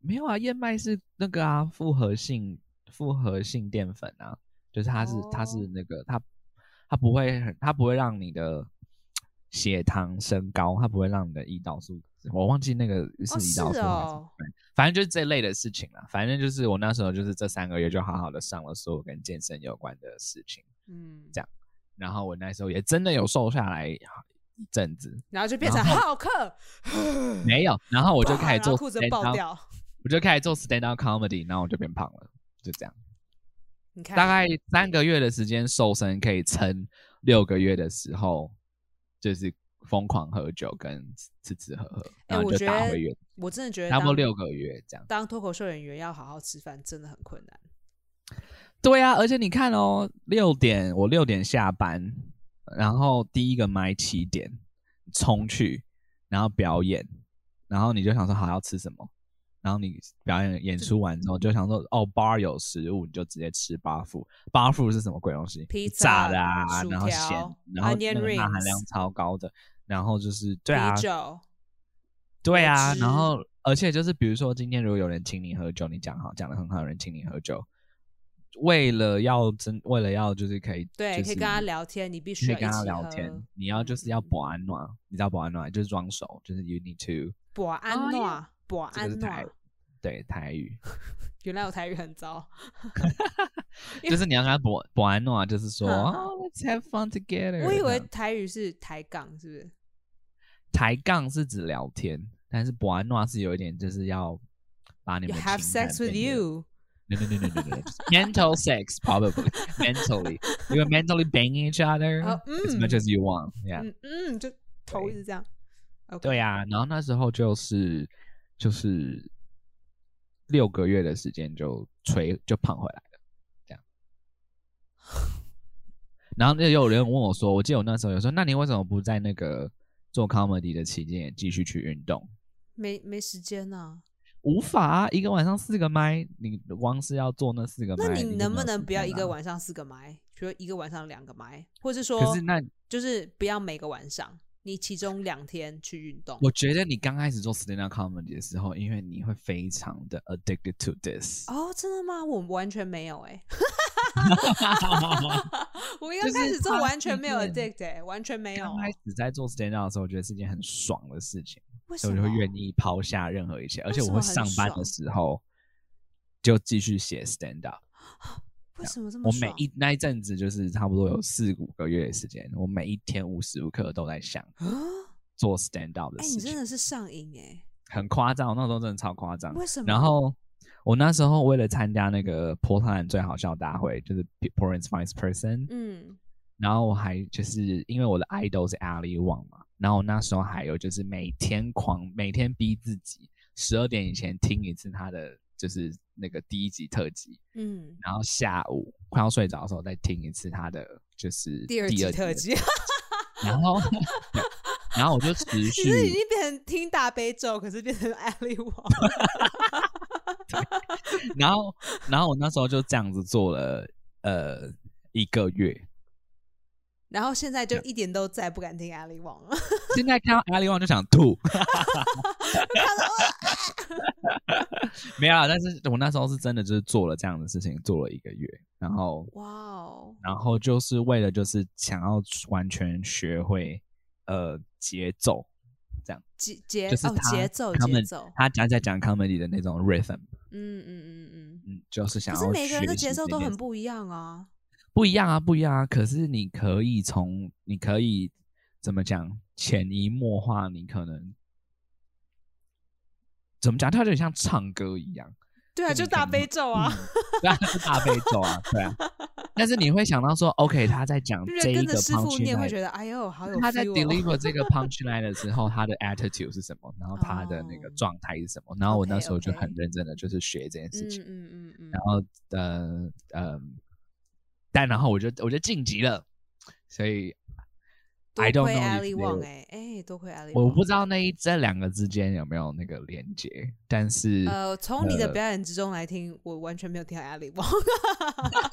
Speaker 1: 没有啊，燕麦是那个啊，复合性复合性淀粉啊，就是它是、它是
Speaker 2: 哦
Speaker 1: 那个它它不会很它不会让你的血糖升高，它不会让你的胰岛素，我忘记那个是
Speaker 2: 哦，
Speaker 1: 胰
Speaker 2: 是
Speaker 1: 岛素还是、
Speaker 2: 哦，
Speaker 1: 反反正就是这类的事情啦。反正就是我那时候就是这三个月就好好的上了所有跟健身有关的事情，
Speaker 2: 嗯，
Speaker 1: 这样然后我那时候也真的有瘦下来一阵子，
Speaker 2: 然后就变成
Speaker 1: 然
Speaker 2: 好客，
Speaker 1: 没有，然后我就开始
Speaker 2: 然
Speaker 1: 做
Speaker 2: 后裤子爆
Speaker 1: stand up，
Speaker 2: 掉，
Speaker 1: 我就开始做 stand up comedy，然后我就变胖了，就这样。
Speaker 2: 你看，哎
Speaker 1: 大概三个月的时间瘦身可以撑六个月的时候，就是疯狂喝酒跟吃吃喝喝，
Speaker 2: 哎
Speaker 1: 然后
Speaker 2: 我觉
Speaker 1: 就打
Speaker 2: 得
Speaker 1: 回原，
Speaker 2: 我真的觉得
Speaker 1: 差不多
Speaker 2: 当
Speaker 1: 六个月这样。
Speaker 2: 当脱口秀演员要好好吃饭真的很困难。
Speaker 1: 对啊，而且你看哦，六点我六点下班，然后第一个麦七点冲去，然后表演，然后你就想说好要吃什么，然后你表演演出完之后就想说哦 bar 有食物你就直接吃八副，八副是什么鬼东西？
Speaker 2: 披萨
Speaker 1: 炸的啊，
Speaker 2: 薯
Speaker 1: 然后
Speaker 2: 条
Speaker 1: 咸，然后
Speaker 2: onion
Speaker 1: 那个钠含量
Speaker 2: rings
Speaker 1: 超高的，然后就是对啊
Speaker 2: 啤，酒，
Speaker 1: 对啊，
Speaker 2: 汁
Speaker 1: 然后而且就是比如说，今天如果有人请你喝酒，你讲好讲的很好，有人请你喝酒，为了要真为了要就是可以
Speaker 2: 对，
Speaker 1: 就是
Speaker 2: 可以跟他聊天，你必
Speaker 1: 你
Speaker 2: 须
Speaker 1: 可以
Speaker 2: 要一
Speaker 1: 跟他
Speaker 2: 起
Speaker 1: 聊
Speaker 2: 喝
Speaker 1: 天，你要就是要
Speaker 2: 嗯
Speaker 1: 保安暖，你知道保安暖就是装熟，就是 you need to
Speaker 2: 保安
Speaker 1: 哎呀
Speaker 2: 诺，保
Speaker 1: 这个
Speaker 2: 安
Speaker 1: 是台
Speaker 2: 诺，
Speaker 1: 对台 语，
Speaker 2: 原来我台语很糟。
Speaker 1: 就是你要跟他保保安暖，就是说
Speaker 2: 嗯嗯
Speaker 1: 哦 let's have fun together。
Speaker 2: 我以为
Speaker 1: 这样
Speaker 2: 台语是抬杠，是不是？
Speaker 1: 抬杠是指聊天，但是保安暖是有一点就是要把你
Speaker 2: 有
Speaker 1: 们
Speaker 2: have
Speaker 1: 情感
Speaker 2: sex
Speaker 1: 变
Speaker 2: with
Speaker 1: 得
Speaker 2: you，
Speaker 1: No, no, no, no, no, no. no. Just mental sex, probably. mentally. You were mentally banging each other
Speaker 2: Oh,
Speaker 1: as
Speaker 2: mm.
Speaker 1: much as you want. Yeah.
Speaker 2: 嗯嗯，就头一直这样。
Speaker 1: 对呀、然后那时候就是就是六个月的时间就垂就胖回来了，这 样。然后那有人问我说，我记得我那时候有说，那你为什么不在那个做 comedy 的期间也继续去运动？
Speaker 2: 没没时间呢、
Speaker 1: 无法啊，一个晚上四个麦，你光是要做那四个麦，
Speaker 2: 那你
Speaker 1: 就
Speaker 2: 能不
Speaker 1: 没有
Speaker 2: 能
Speaker 1: 时
Speaker 2: 不要
Speaker 1: 间
Speaker 2: 一
Speaker 1: 啦
Speaker 2: 个？晚上四个麦，比如一个晚上两个麦，或是说
Speaker 1: 可是那
Speaker 2: 就是不要每个晚上，你其中两天去运动。
Speaker 1: 我觉得你刚开始做 stand up comedy 的时候，因为你会非常的 addicted to this，、
Speaker 2: 哦，真的吗？我完全没有哎、我一刚开始做完全没有
Speaker 1: 就是它
Speaker 2: addict 哎、完全没有
Speaker 1: 刚，开始在做 stand up 的时候，我觉得是一件很爽的事情，
Speaker 2: 为什
Speaker 1: 所以
Speaker 2: 么？
Speaker 1: 我就会愿意抛下任何一切，而且
Speaker 2: 为什
Speaker 1: 我
Speaker 2: 么
Speaker 1: 会
Speaker 2: 很
Speaker 1: 上班的
Speaker 2: 爽
Speaker 1: 时候就继续写 stand up。
Speaker 2: 为什么这么
Speaker 1: 我
Speaker 2: 爽？
Speaker 1: 每一那一阵子就是差不多有四五个月的时间，我每一天无时无刻都在想
Speaker 2: 啊，
Speaker 1: 做 stand up 的
Speaker 2: 哎、
Speaker 1: 事
Speaker 2: 你
Speaker 1: 情，
Speaker 2: 真的是上瘾哎、
Speaker 1: 很夸张，我那时候真的超夸张。
Speaker 2: 为什么？
Speaker 1: 然后我那时候为了参加那个波特兰最好笑大会，就是 Parents Finest Person，、
Speaker 2: 嗯，
Speaker 1: 然后我还就是因为我的 idol 是 Ali Wong 嘛，然后我那时候还有就是每天狂每天逼自己十二点以前听一次他的就是那个第一集特辑，
Speaker 2: 嗯，
Speaker 1: 然后下午快要睡着的时候再听一次他的就是
Speaker 2: 第二
Speaker 1: 集
Speaker 2: 集
Speaker 1: 的
Speaker 2: 特，辑，
Speaker 1: 然 后对然后我就持
Speaker 2: 其
Speaker 1: 续
Speaker 2: 实已经变成听大悲咒，可是变成 艾利王。
Speaker 1: 然后，然后我那时候就这样子做了，呃，一个月。
Speaker 2: 然后现在就一点都再不敢听艾利王了。
Speaker 1: 现在看到阿里旺就想吐， 没有啊，但是我那时候是真的就是做了这样的事情，做了一个月，然后，
Speaker 2: 哇哦，
Speaker 1: 然后就是为了就是想要完全学会呃节奏，
Speaker 2: 节节
Speaker 1: 就是
Speaker 2: 哦
Speaker 1: 他
Speaker 2: 节奏
Speaker 1: 他
Speaker 2: 节
Speaker 1: 们
Speaker 2: 奏，
Speaker 1: 他讲在讲 comedy 的那种 rhythm，
Speaker 2: 嗯嗯嗯嗯
Speaker 1: 嗯，就是
Speaker 2: 嗯。
Speaker 1: 想
Speaker 2: 可
Speaker 1: 要
Speaker 2: 是每个人的
Speaker 1: 学习
Speaker 2: 节奏
Speaker 1: 这
Speaker 2: 都
Speaker 1: 件
Speaker 2: 很
Speaker 1: 事
Speaker 2: 不一样啊。
Speaker 1: 不一样啊，不一样啊。可是你可以从，你可以怎么讲，潜移默化，你可能怎么讲，它有点像唱歌一样，
Speaker 2: 对啊，
Speaker 1: 就
Speaker 2: 就
Speaker 1: 你
Speaker 2: 大
Speaker 1: 可能
Speaker 2: 悲咒啊，
Speaker 1: 对啊，是大悲咒啊，对 啊。但是你会想到说，OK，他在讲
Speaker 2: 就是
Speaker 1: 嗯这一
Speaker 2: 跟
Speaker 1: 个
Speaker 2: 着师傅念会
Speaker 1: punchline，
Speaker 2: 觉得，哎呦，好有 feel 哦。
Speaker 1: 他在 deliver 这 个 punchline 的时候，他的 attitude 是什么，然后他的那个
Speaker 2: 哦
Speaker 1: 状态是什么。然后我那时候就
Speaker 2: OK，OK
Speaker 1: 很认真的就是学这件事
Speaker 2: 嗯
Speaker 1: 情，啊
Speaker 2: 嗯嗯嗯
Speaker 1: 然。后呃呃，但然后我就我就晋级了，所以
Speaker 2: 多
Speaker 1: I don't
Speaker 2: 亏
Speaker 1: know
Speaker 2: a
Speaker 1: if
Speaker 2: l i
Speaker 1: they-
Speaker 2: Wong 哎哎，多亏 a l i
Speaker 1: 我不知道那一这两个之间有没有那个连接，但是、
Speaker 2: 呃，从你的
Speaker 1: 呃
Speaker 2: 表演之中来听，我完全没有听到 a l i Wong。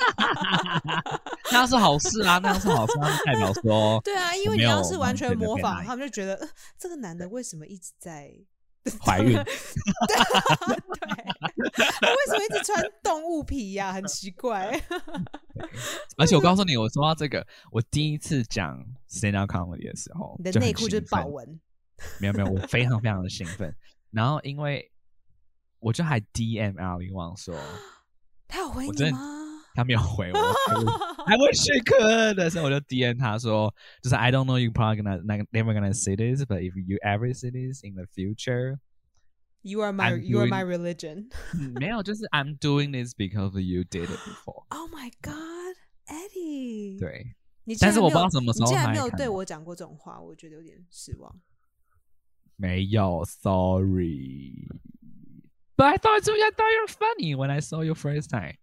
Speaker 1: 那是好事啊，那是好事， 那就代表说
Speaker 2: 对啊，因
Speaker 1: 我没
Speaker 2: 为你要
Speaker 1: 有
Speaker 2: 是
Speaker 1: 完
Speaker 2: 完
Speaker 1: 全
Speaker 2: 全
Speaker 1: 的
Speaker 2: 模
Speaker 1: 被
Speaker 2: 仿，
Speaker 1: 爱
Speaker 2: 他们就觉得、呃、这个男的为什么一直 在
Speaker 1: 怀孕
Speaker 2: 对啊对， 他为什么一直穿动物皮呀、很奇 怪。
Speaker 1: 而且我告诉你，我说到这个，我第一次讲 stand up comedy 的时候，
Speaker 2: 你的
Speaker 1: 就很
Speaker 2: 内裤就是
Speaker 1: 兴奋
Speaker 2: 豹纹，
Speaker 1: 没有没有，我非常非常的兴奋。然后因为我就还 DM 阿林旺说，
Speaker 2: 他有回
Speaker 1: 我
Speaker 2: 你
Speaker 1: 真的
Speaker 2: 吗？
Speaker 1: 他没有啊回我 I wish-，I wish you could，所以我就 DM 他说，就是 I don't know you probably gonna not- never gonna see this, but if you ever see this in the future，
Speaker 2: You are my
Speaker 1: I'm
Speaker 2: you are
Speaker 1: doing-
Speaker 2: my religion.
Speaker 1: 嗯没有，就是 I'm doing this because you did it before，
Speaker 2: Oh my god, Eddie！，
Speaker 1: 对，
Speaker 2: 你竟
Speaker 1: 但
Speaker 2: 然
Speaker 1: 是我
Speaker 2: 没
Speaker 1: 不知
Speaker 2: 有
Speaker 1: 道什么时
Speaker 2: 你
Speaker 1: 候
Speaker 2: 竟
Speaker 1: 才
Speaker 2: 然没有
Speaker 1: 看
Speaker 2: 对
Speaker 1: 到
Speaker 2: 我讲过这种话，我觉得有点失 望。
Speaker 1: 没有，sorry。But I thought it's, I thought you're funny when I saw you first time.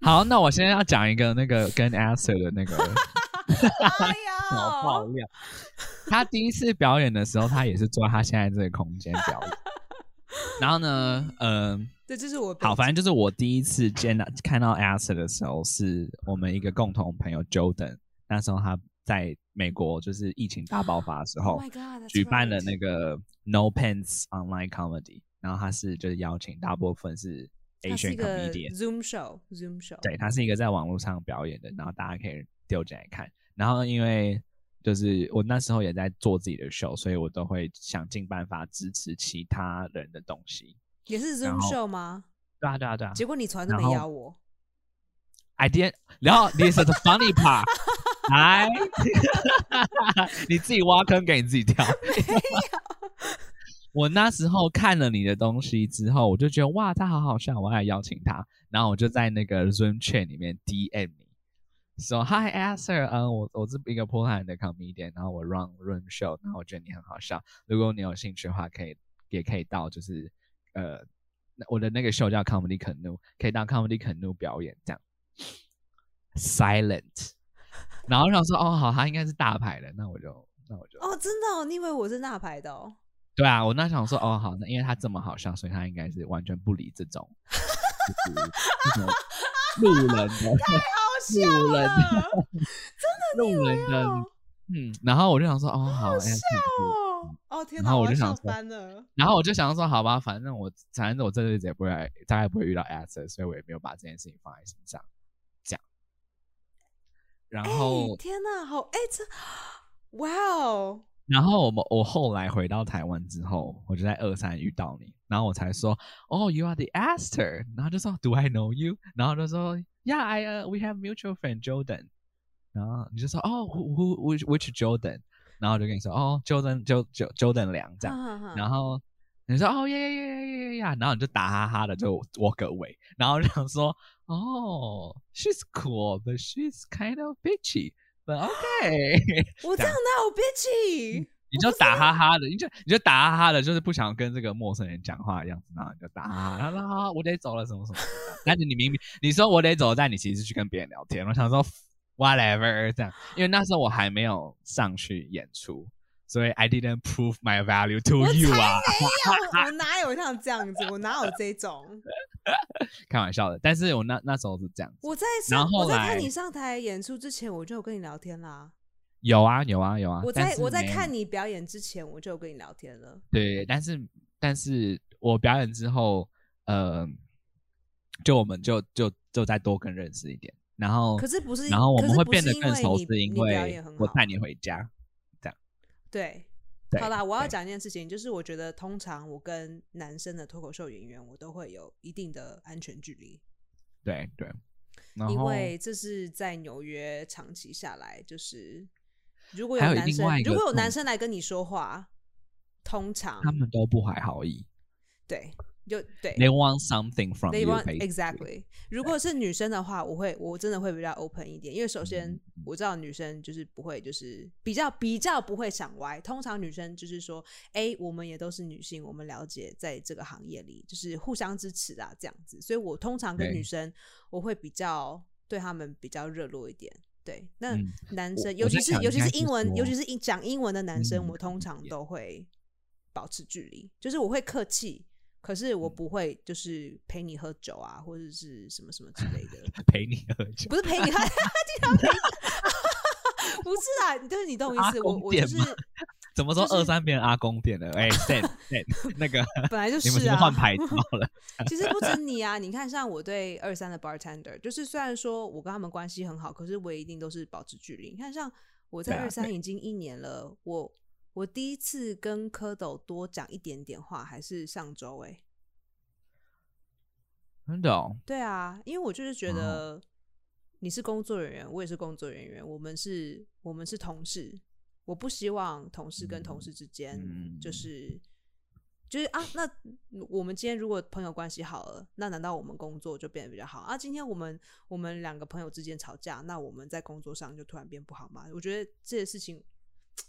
Speaker 1: 好，那我现在要讲一个那个跟 Acer 的那个
Speaker 2: 哎
Speaker 1: 小爆
Speaker 2: 呀，
Speaker 1: 料。他第一次表演的时候，他也是坐他现在这个空间表演。然后呢，嗯、
Speaker 2: 对，这是我
Speaker 1: 好，反正就是我第一次见到看到 Acer 的时候，是我们一个共同朋友 Jordan，那时候他在美国就是疫情大爆发的时候。
Speaker 2: Oh my god，
Speaker 1: 举办了那
Speaker 2: 个
Speaker 1: 个 No Pants Online Comedy，然后他是就是邀请大部分是
Speaker 2: 它是
Speaker 1: Asian
Speaker 2: 一个
Speaker 1: comedian，
Speaker 2: Zoom show，Zoom show。
Speaker 1: 对，他是一个在网络上表演的，然后大家可以丢进来看。然后因为就是我那时候也在做自己的 show，所以我都会想尽办法支持其他人的东西。
Speaker 2: 也是
Speaker 1: 然
Speaker 2: Zoom
Speaker 1: 后
Speaker 2: show 吗？
Speaker 1: 对啊，对啊，对啊。
Speaker 2: 结果你从来都
Speaker 1: 然
Speaker 2: 没
Speaker 1: 后
Speaker 2: 邀我。
Speaker 1: I didn't，然后 this is the funny part，来， 你自己挖坑给你自己跳。我那时候看了你的东西之后，我就觉得哇，他好好笑，我要邀请他。然后我就在那个 Zoom chat 里面 DM 你，说 Hi Acer，嗯，我我是一个波兰的 comedian，然后我 run room show，然后我觉得你很好笑，如果你有兴趣的话，可以也可以到就是呃，那我的那个秀叫 Comedy Canoe，可以到 Comedy Canoe 表演这样。Silent，然后我想说哦好，他应该是大牌的，那我就那我就
Speaker 2: 哦，真的哦，你以为我是大牌的哦？
Speaker 1: 对啊，我那想说哦好，那因为他这么好笑，所以他应该是完全不理这种 就是这种路人的
Speaker 2: 好笑啊
Speaker 1: 路人
Speaker 2: 了
Speaker 1: 路人的
Speaker 2: 哦
Speaker 1: 嗯，然后我就想说哦好，哎呀就是
Speaker 2: 哦！哦天
Speaker 1: 然
Speaker 2: 哪，
Speaker 1: 后我
Speaker 2: 要
Speaker 1: 就想
Speaker 2: 笑
Speaker 1: 说
Speaker 2: 翻了。
Speaker 1: 然后我就想说，好吧，反正我反正我这辈子也不会来，大概不会遇到 a s 所以我也没有把这件事情放在心上，这样。然
Speaker 2: 哎
Speaker 1: 后，
Speaker 2: 天哪，好哎这，哇哦！
Speaker 1: 然后我们我后来回到台湾之后，我就在二三遇到你，然后我才说，哦、y o u are the Aster，然后就说，Do I know you？然后就说，Yeah，I、uh, we have mutual friend Jordan。然后你就说，哦、w h o which which Jordan？然后我就跟你说，哦、j o r d a n Jo Jo Jordan 梁这样。然
Speaker 2: 样，
Speaker 1: 后你说哦耶耶耶耶耶呀，然后你就打哈哈的就 walk away，然后我就想说哦，she's cool，but she's kind of bitchy，but okay，
Speaker 2: 我这样哪有 bitchy？
Speaker 1: 你就打哈哈的，你就你就打哈哈的，就是不想跟这个陌生人讲话的样子，然后你就打哈哈，然后说啊我得走了什么什么什么的，但是你明明你说我得走，但你其实是去跟别人聊天，我想说 whatever 这样，因为那时候我还没有上去演出。所以 I didn't prove my value to
Speaker 2: 我
Speaker 1: you
Speaker 2: 才
Speaker 1: 啊！
Speaker 2: 没有，哎我哪有像这样子？我哪有这种？
Speaker 1: 开玩笑的，但是我那那时候是这样子，
Speaker 2: 我在上
Speaker 1: 然后
Speaker 2: 我在
Speaker 1: 来
Speaker 2: 看你上台演出之前，我就有跟你聊天啦。
Speaker 1: 有啊有啊有啊，
Speaker 2: 我
Speaker 1: 但
Speaker 2: 在
Speaker 1: 是
Speaker 2: 我在
Speaker 1: 没有
Speaker 2: 看你表演之前，我就有跟你聊天了。
Speaker 1: 对，但是但是我表演之后，呃，就我们就就就再多更认识一点，然后
Speaker 2: 可是不是
Speaker 1: 哦
Speaker 2: 因，
Speaker 1: 然后我
Speaker 2: 可
Speaker 1: 们
Speaker 2: 是
Speaker 1: 会
Speaker 2: 不
Speaker 1: 变
Speaker 2: 是
Speaker 1: 得
Speaker 2: 因
Speaker 1: 更
Speaker 2: 为
Speaker 1: 熟，
Speaker 2: 你
Speaker 1: 是因
Speaker 2: 你表
Speaker 1: 为
Speaker 2: 演很
Speaker 1: 我
Speaker 2: 好
Speaker 1: 带你回家。
Speaker 2: 对。
Speaker 1: 对，
Speaker 2: 好啦，我要
Speaker 1: 对
Speaker 2: 讲一件事情，就是我觉得通常我跟男生的脱口秀演员，我都会有一定的安全距离，
Speaker 1: 对对，然
Speaker 2: 因
Speaker 1: 后
Speaker 2: 为这是在纽约长期下来，就是如果
Speaker 1: 还有
Speaker 2: 男
Speaker 1: 另外
Speaker 2: 生
Speaker 1: 一个
Speaker 2: 如果有男
Speaker 1: 痛
Speaker 2: 生来跟你说话，通常
Speaker 1: 他们都不怀好意
Speaker 2: 对就对
Speaker 1: ，They want something from
Speaker 2: They
Speaker 1: you，
Speaker 2: want
Speaker 1: basically
Speaker 2: exactly。如果是女生的话，我会我真的会比较 open 一点，因为首先
Speaker 1: 嗯
Speaker 2: 我知道女生就是不会，就是比较比较不会想歪。通常女生就是说，哎、我们也都是女性，我们了解在这个行业里就是互相支持啊，这样子。所以我通常跟
Speaker 1: 对
Speaker 2: 女生，我会比较对她们比较热络一点。对，那
Speaker 1: 嗯
Speaker 2: 男
Speaker 1: 我
Speaker 2: 生，
Speaker 1: 我
Speaker 2: 尤其
Speaker 1: 在
Speaker 2: 是
Speaker 1: 想
Speaker 2: 尤
Speaker 1: 应
Speaker 2: 其
Speaker 1: 该
Speaker 2: 是
Speaker 1: 是
Speaker 2: 英文，尤
Speaker 1: 说
Speaker 2: 其是英讲英文的男生，
Speaker 1: 嗯
Speaker 2: 我通常
Speaker 1: 也
Speaker 2: 都会保持距离，就是我会客气，可是
Speaker 1: 嗯
Speaker 2: 我不会就是陪你喝酒啊，或者是什么什么之类的，
Speaker 1: 陪你喝酒。
Speaker 2: 不是陪 你喝， 经常陪你， 不是啊，就是你懂我 意
Speaker 1: 阿
Speaker 2: 思，我
Speaker 1: 公
Speaker 2: 我就
Speaker 1: 店
Speaker 2: 是
Speaker 1: 吗怎么说
Speaker 2: 就是
Speaker 1: 二三变阿公店 的？哎，Stan Stan，那个
Speaker 2: 本来就
Speaker 1: 你们
Speaker 2: 是
Speaker 1: 是不是
Speaker 2: 啊，
Speaker 1: 换牌照了？
Speaker 2: 其实不止你啊，你看像我对二三的 bartender，就是虽然说我跟他们关系很好，可是我也一定都是保持距离。你看像我在
Speaker 1: 对啊
Speaker 2: 二三已经一年了，我我第一次跟蝌蚪多讲一点点话，还是上周哎、
Speaker 1: 真的哦，
Speaker 2: 对啊，因为我就是觉
Speaker 1: 哇哦
Speaker 2: 得你是工作人员，我也是工作人员，我们是我们是同事，我不希望同事跟同事之间
Speaker 1: 嗯
Speaker 2: 就是、就是啊，那我们今天如果朋友关系好了，那难道我们工作就变得比较好啊？今天我们我们两个朋友之间吵架，那我们在工作上就突然变不好吗？我觉得这些事情，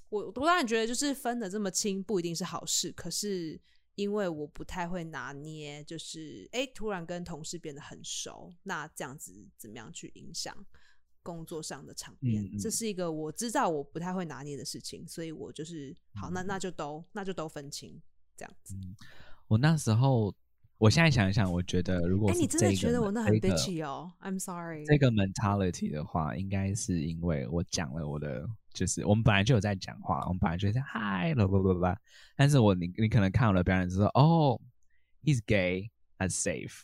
Speaker 2: 我我当然觉得就是分的这么清不一定是好事，可是因为我不太会拿捏，就是哎、诶突然跟同事变得很熟，那这样子怎么样去影响？工作上的场面，
Speaker 1: 嗯嗯
Speaker 2: 这是一个我知道我不太会拿捏的事情，所以我就是好，那那
Speaker 1: 嗯
Speaker 2: 就都那就都分清这样子。
Speaker 1: 我那时候，我现在想一想，我觉得如果
Speaker 2: 哎、
Speaker 1: 是
Speaker 2: 你真的
Speaker 1: 这个
Speaker 2: 觉得我那很
Speaker 1: 这个
Speaker 2: bitchy 哦、i m sorry。
Speaker 1: 这个 mentality 的话，应该是因为我讲了我的，就是我们本来就有在讲话，我们本来就在嗨，啦啦啦啦。但是我你你可能看我的表演就说，哦，he's gay，that's safe，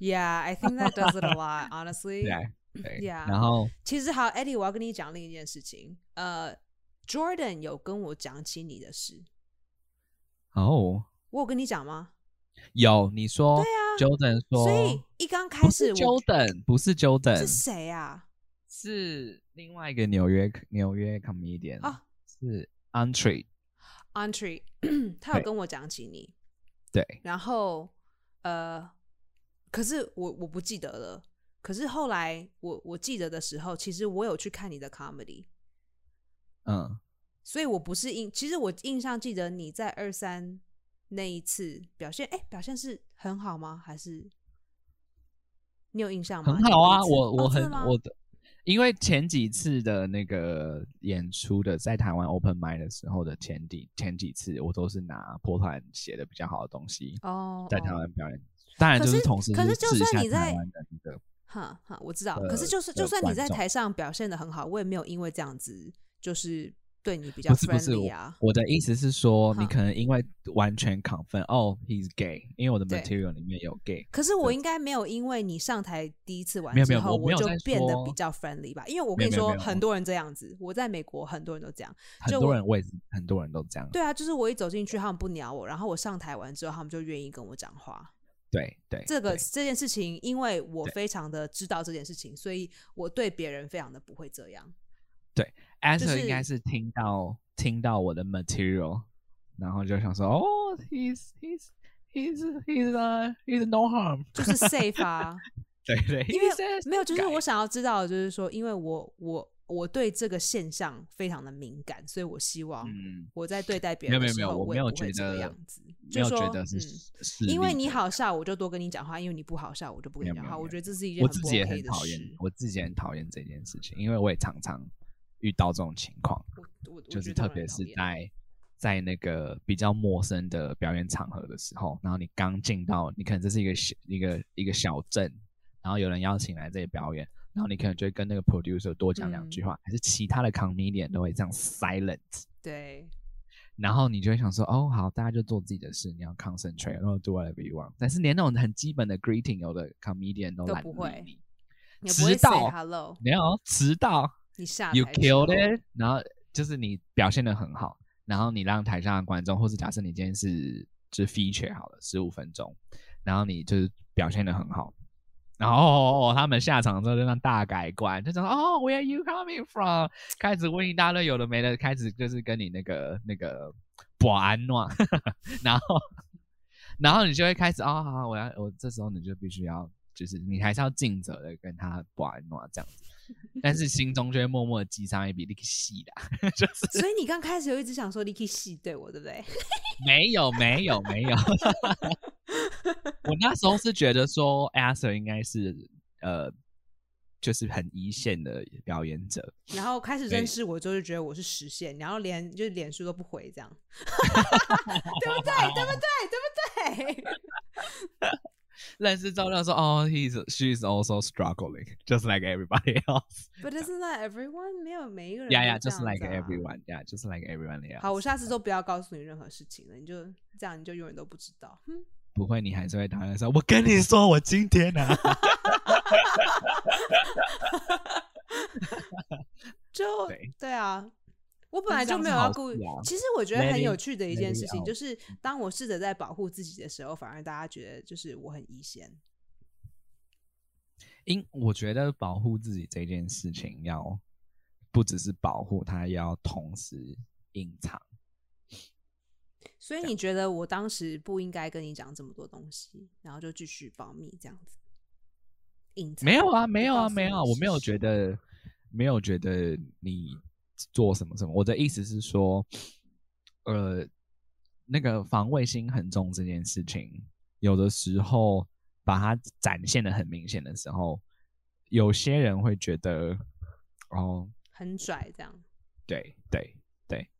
Speaker 2: Yeah, I think that does it a lot, honestly.
Speaker 1: 对对
Speaker 2: Yeah
Speaker 1: 然后
Speaker 2: 其实好，Eddie，我要跟你讲另一件事情。呃，Jordan 有跟我讲起你的事，
Speaker 1: 哦，
Speaker 2: 我有跟你讲吗？
Speaker 1: 有你说、Jordan 说，
Speaker 2: 啊所以一刚开
Speaker 1: 哦不
Speaker 2: 始
Speaker 1: 是
Speaker 2: 我
Speaker 1: Jordan，不是 Jordan，
Speaker 2: 是谁啊？
Speaker 1: 是另外一个纽约纽约 comedian，、
Speaker 2: 啊
Speaker 1: 是 Entree，
Speaker 2: Entree，他
Speaker 1: 对
Speaker 2: 有跟我讲起你，
Speaker 1: 对，
Speaker 2: 然后呃，可是我我不记得了。可是后来我我记得的时候，其实我有去看你的 comedy，
Speaker 1: 嗯，
Speaker 2: 所以我不是印，其实我印象记得你在二三那一次表现，哎、表现是很好吗？还是你有印象吗？
Speaker 1: 很好啊，
Speaker 2: 你那一次
Speaker 1: 我我
Speaker 2: 哦
Speaker 1: 很、
Speaker 2: 真的吗
Speaker 1: 我的，因为前几次的那个演出的在台湾 open m i 的时候的前几前几次，我都是拿波特兰写的比较好的东西
Speaker 2: 哦，
Speaker 1: 在台
Speaker 2: 哦，
Speaker 1: 湾表演，当然
Speaker 2: 可
Speaker 1: 就是同时
Speaker 2: 可是
Speaker 1: 是
Speaker 2: 就
Speaker 1: 试一
Speaker 2: 算
Speaker 1: 下
Speaker 2: 你在
Speaker 1: 台湾的那个，
Speaker 2: 哈哈，我知道。
Speaker 1: 呃
Speaker 2: 可是就是
Speaker 1: 的
Speaker 2: 就算你在
Speaker 1: 观众
Speaker 2: 台上表现的很好，我也没有因为这样子就是对你比较
Speaker 1: 不是不是
Speaker 2: friendly
Speaker 1: 我
Speaker 2: 啊。
Speaker 1: 我的意思是说，你
Speaker 2: 哈
Speaker 1: 可能因为完全 confirm 哦，he's gay，因为我的
Speaker 2: 对
Speaker 1: material 里面有 gay，
Speaker 2: 可是我应该没有因为你上台第一次玩
Speaker 1: 没有没
Speaker 2: 之
Speaker 1: 有
Speaker 2: 后，
Speaker 1: 我没有
Speaker 2: 就
Speaker 1: 在
Speaker 2: 变得
Speaker 1: 说
Speaker 2: 比较 friendly 吧？因为我
Speaker 1: 没
Speaker 2: 跟
Speaker 1: 有没
Speaker 2: 你
Speaker 1: 有
Speaker 2: 说
Speaker 1: 没，有
Speaker 2: 很多人这样子。我在美国，很多人都这样。就
Speaker 1: 很多
Speaker 2: 我
Speaker 1: 人我也是很多人都这样，
Speaker 2: 对啊，就是我一走进去，他们不鸟我，然后我上台完之后，他们就愿意跟我讲话。
Speaker 1: 对对，
Speaker 2: 这个
Speaker 1: 对
Speaker 2: 这件事情，因为我
Speaker 1: 对
Speaker 2: 非常的知道这件事情，所以我对别人非常的不会这样。就
Speaker 1: Esther 应该
Speaker 2: 是
Speaker 1: 是听到听到我的 material，然后就想说，哦，he's he's he's he's 呃 he's no harm，
Speaker 2: 就是 safe 啊，
Speaker 1: 对对，
Speaker 2: 因为
Speaker 1: he's a
Speaker 2: 没有，就是
Speaker 1: guy
Speaker 2: 我想要知道，的就是说，因为我我我对这个现象非常的敏感，所以我希望
Speaker 1: 嗯，
Speaker 2: 我在对待别
Speaker 1: 没有
Speaker 2: 人的
Speaker 1: 没有没
Speaker 2: 时
Speaker 1: 有
Speaker 2: 候，
Speaker 1: 我
Speaker 2: 我
Speaker 1: 没
Speaker 2: 也
Speaker 1: 有
Speaker 2: 不会
Speaker 1: 觉
Speaker 2: 这个
Speaker 1: 得
Speaker 2: 样子，
Speaker 1: 没
Speaker 2: 就
Speaker 1: 有
Speaker 2: 是说
Speaker 1: 觉得是
Speaker 2: 嗯
Speaker 1: 是，
Speaker 2: 因为你，好笑，我就多跟你讲话；因为你不好笑，我就不跟你
Speaker 1: 没有
Speaker 2: 讲
Speaker 1: 没有
Speaker 2: 话。
Speaker 1: 没有
Speaker 2: 我觉得这是一件
Speaker 1: 我
Speaker 2: 很
Speaker 1: 自
Speaker 2: 不
Speaker 1: 己也
Speaker 2: OK
Speaker 1: 很
Speaker 2: 的
Speaker 1: 讨厌
Speaker 2: 事，
Speaker 1: 我自己也很讨厌这件事情，因为我也常常遇到这种情况，
Speaker 2: 我我我
Speaker 1: 就
Speaker 2: 觉
Speaker 1: 是
Speaker 2: 得
Speaker 1: 特
Speaker 2: 我很
Speaker 1: 别
Speaker 2: 讨
Speaker 1: 是
Speaker 2: 厌啊
Speaker 1: 在在那个比较陌生的表演场合的时候，然后你刚进到，你可能这是一个小一个一个小镇，然后有人邀请来这里表演，然后你可能就会跟那个 producer 多讲两句
Speaker 2: 嗯
Speaker 1: 话，还是其他的 comedian 都会这样 silent，
Speaker 2: 对
Speaker 1: 然后你就会想说，哦，好，大家就做自己的事，你要 concentrate，然后 do whatever you want，但是连那种很基本的 greeting，有的 comedian 都
Speaker 2: 都
Speaker 1: 懒
Speaker 2: 不
Speaker 1: 得
Speaker 2: 会
Speaker 1: 理
Speaker 2: 你
Speaker 1: 你，
Speaker 2: 不会
Speaker 1: 迟
Speaker 2: say
Speaker 1: 到，
Speaker 2: hello，
Speaker 1: 没有迟到。
Speaker 2: 你下台
Speaker 1: You
Speaker 2: 的时候
Speaker 1: killed it，然后就是你表现的很好，然后你让台上的观众，或是假设你今天是就是 feature 好了，十五分钟，然后你就是表现的很好，然后、哦哦哦他们下场之后就让大改观，就讲哦，Where are you coming from？开始问一大堆有的没的，开始就是跟你那个那个保安诺， 然后然后你就会开始哦，好好，我要我这时候你就必须要。就是你还是要尽责的跟他保安诺这样子， 但是心中就会默默的击上一笔那个戏啦， 就是
Speaker 2: 所以你刚开始有一直想说 Licky 戏对我，对不对？
Speaker 1: 没有没有没 有，我那时候是觉得说 Acer 应该是呃，就是很一线的表演者，
Speaker 2: 然后开始认
Speaker 1: 对
Speaker 2: 识我，就是觉得我是实线，然后连就是脸书都不回，这样，对不对？对不对？对不对？
Speaker 1: 认识之后就说哦，he's she's also struggling just like everybody else，
Speaker 2: But isn't that everyone？没有每一个人
Speaker 1: 呀呀，
Speaker 2: 都
Speaker 1: 就
Speaker 2: 这
Speaker 1: 是
Speaker 2: 样
Speaker 1: like
Speaker 2: 子啊
Speaker 1: everyone，yeah，just like everyone else。
Speaker 2: 好，我下次都不要告诉你任何事情了，你就这样，你就永远都不知道。哼，
Speaker 1: 不会，你还是会打来说，我跟你说，我今天啊，
Speaker 2: 就
Speaker 1: 对
Speaker 2: 啊，我本来
Speaker 1: 这
Speaker 2: 就
Speaker 1: 样是
Speaker 2: 没有要
Speaker 1: 好
Speaker 2: 故
Speaker 1: 事
Speaker 2: 意
Speaker 1: 啊。
Speaker 2: 其实我觉得
Speaker 1: Let
Speaker 2: 很有
Speaker 1: it-
Speaker 2: 趣的一
Speaker 1: let
Speaker 2: 件
Speaker 1: it
Speaker 2: 事情，
Speaker 1: out 嗯
Speaker 2: 就是当我试着在保护自己的时候，反而大家觉得就是我很一线。
Speaker 1: 因我觉得保护自己这件事情要不只是保护，它要同时隐藏。
Speaker 2: 所以你觉得我当时不应该跟你讲这么多东西，然后就继续保密这样子？隐藏
Speaker 1: 没有啊，
Speaker 2: 不
Speaker 1: 没有啊，
Speaker 2: 告诉
Speaker 1: 没有啊，我没有
Speaker 2: 事实
Speaker 1: 觉得，没有觉得你做什么什么。我的意思是说，呃，那个防卫心很重这件事情，有的时候把它展现的很明显的时候，有些人会觉得，哦，
Speaker 2: 很拽这样。
Speaker 1: 对对，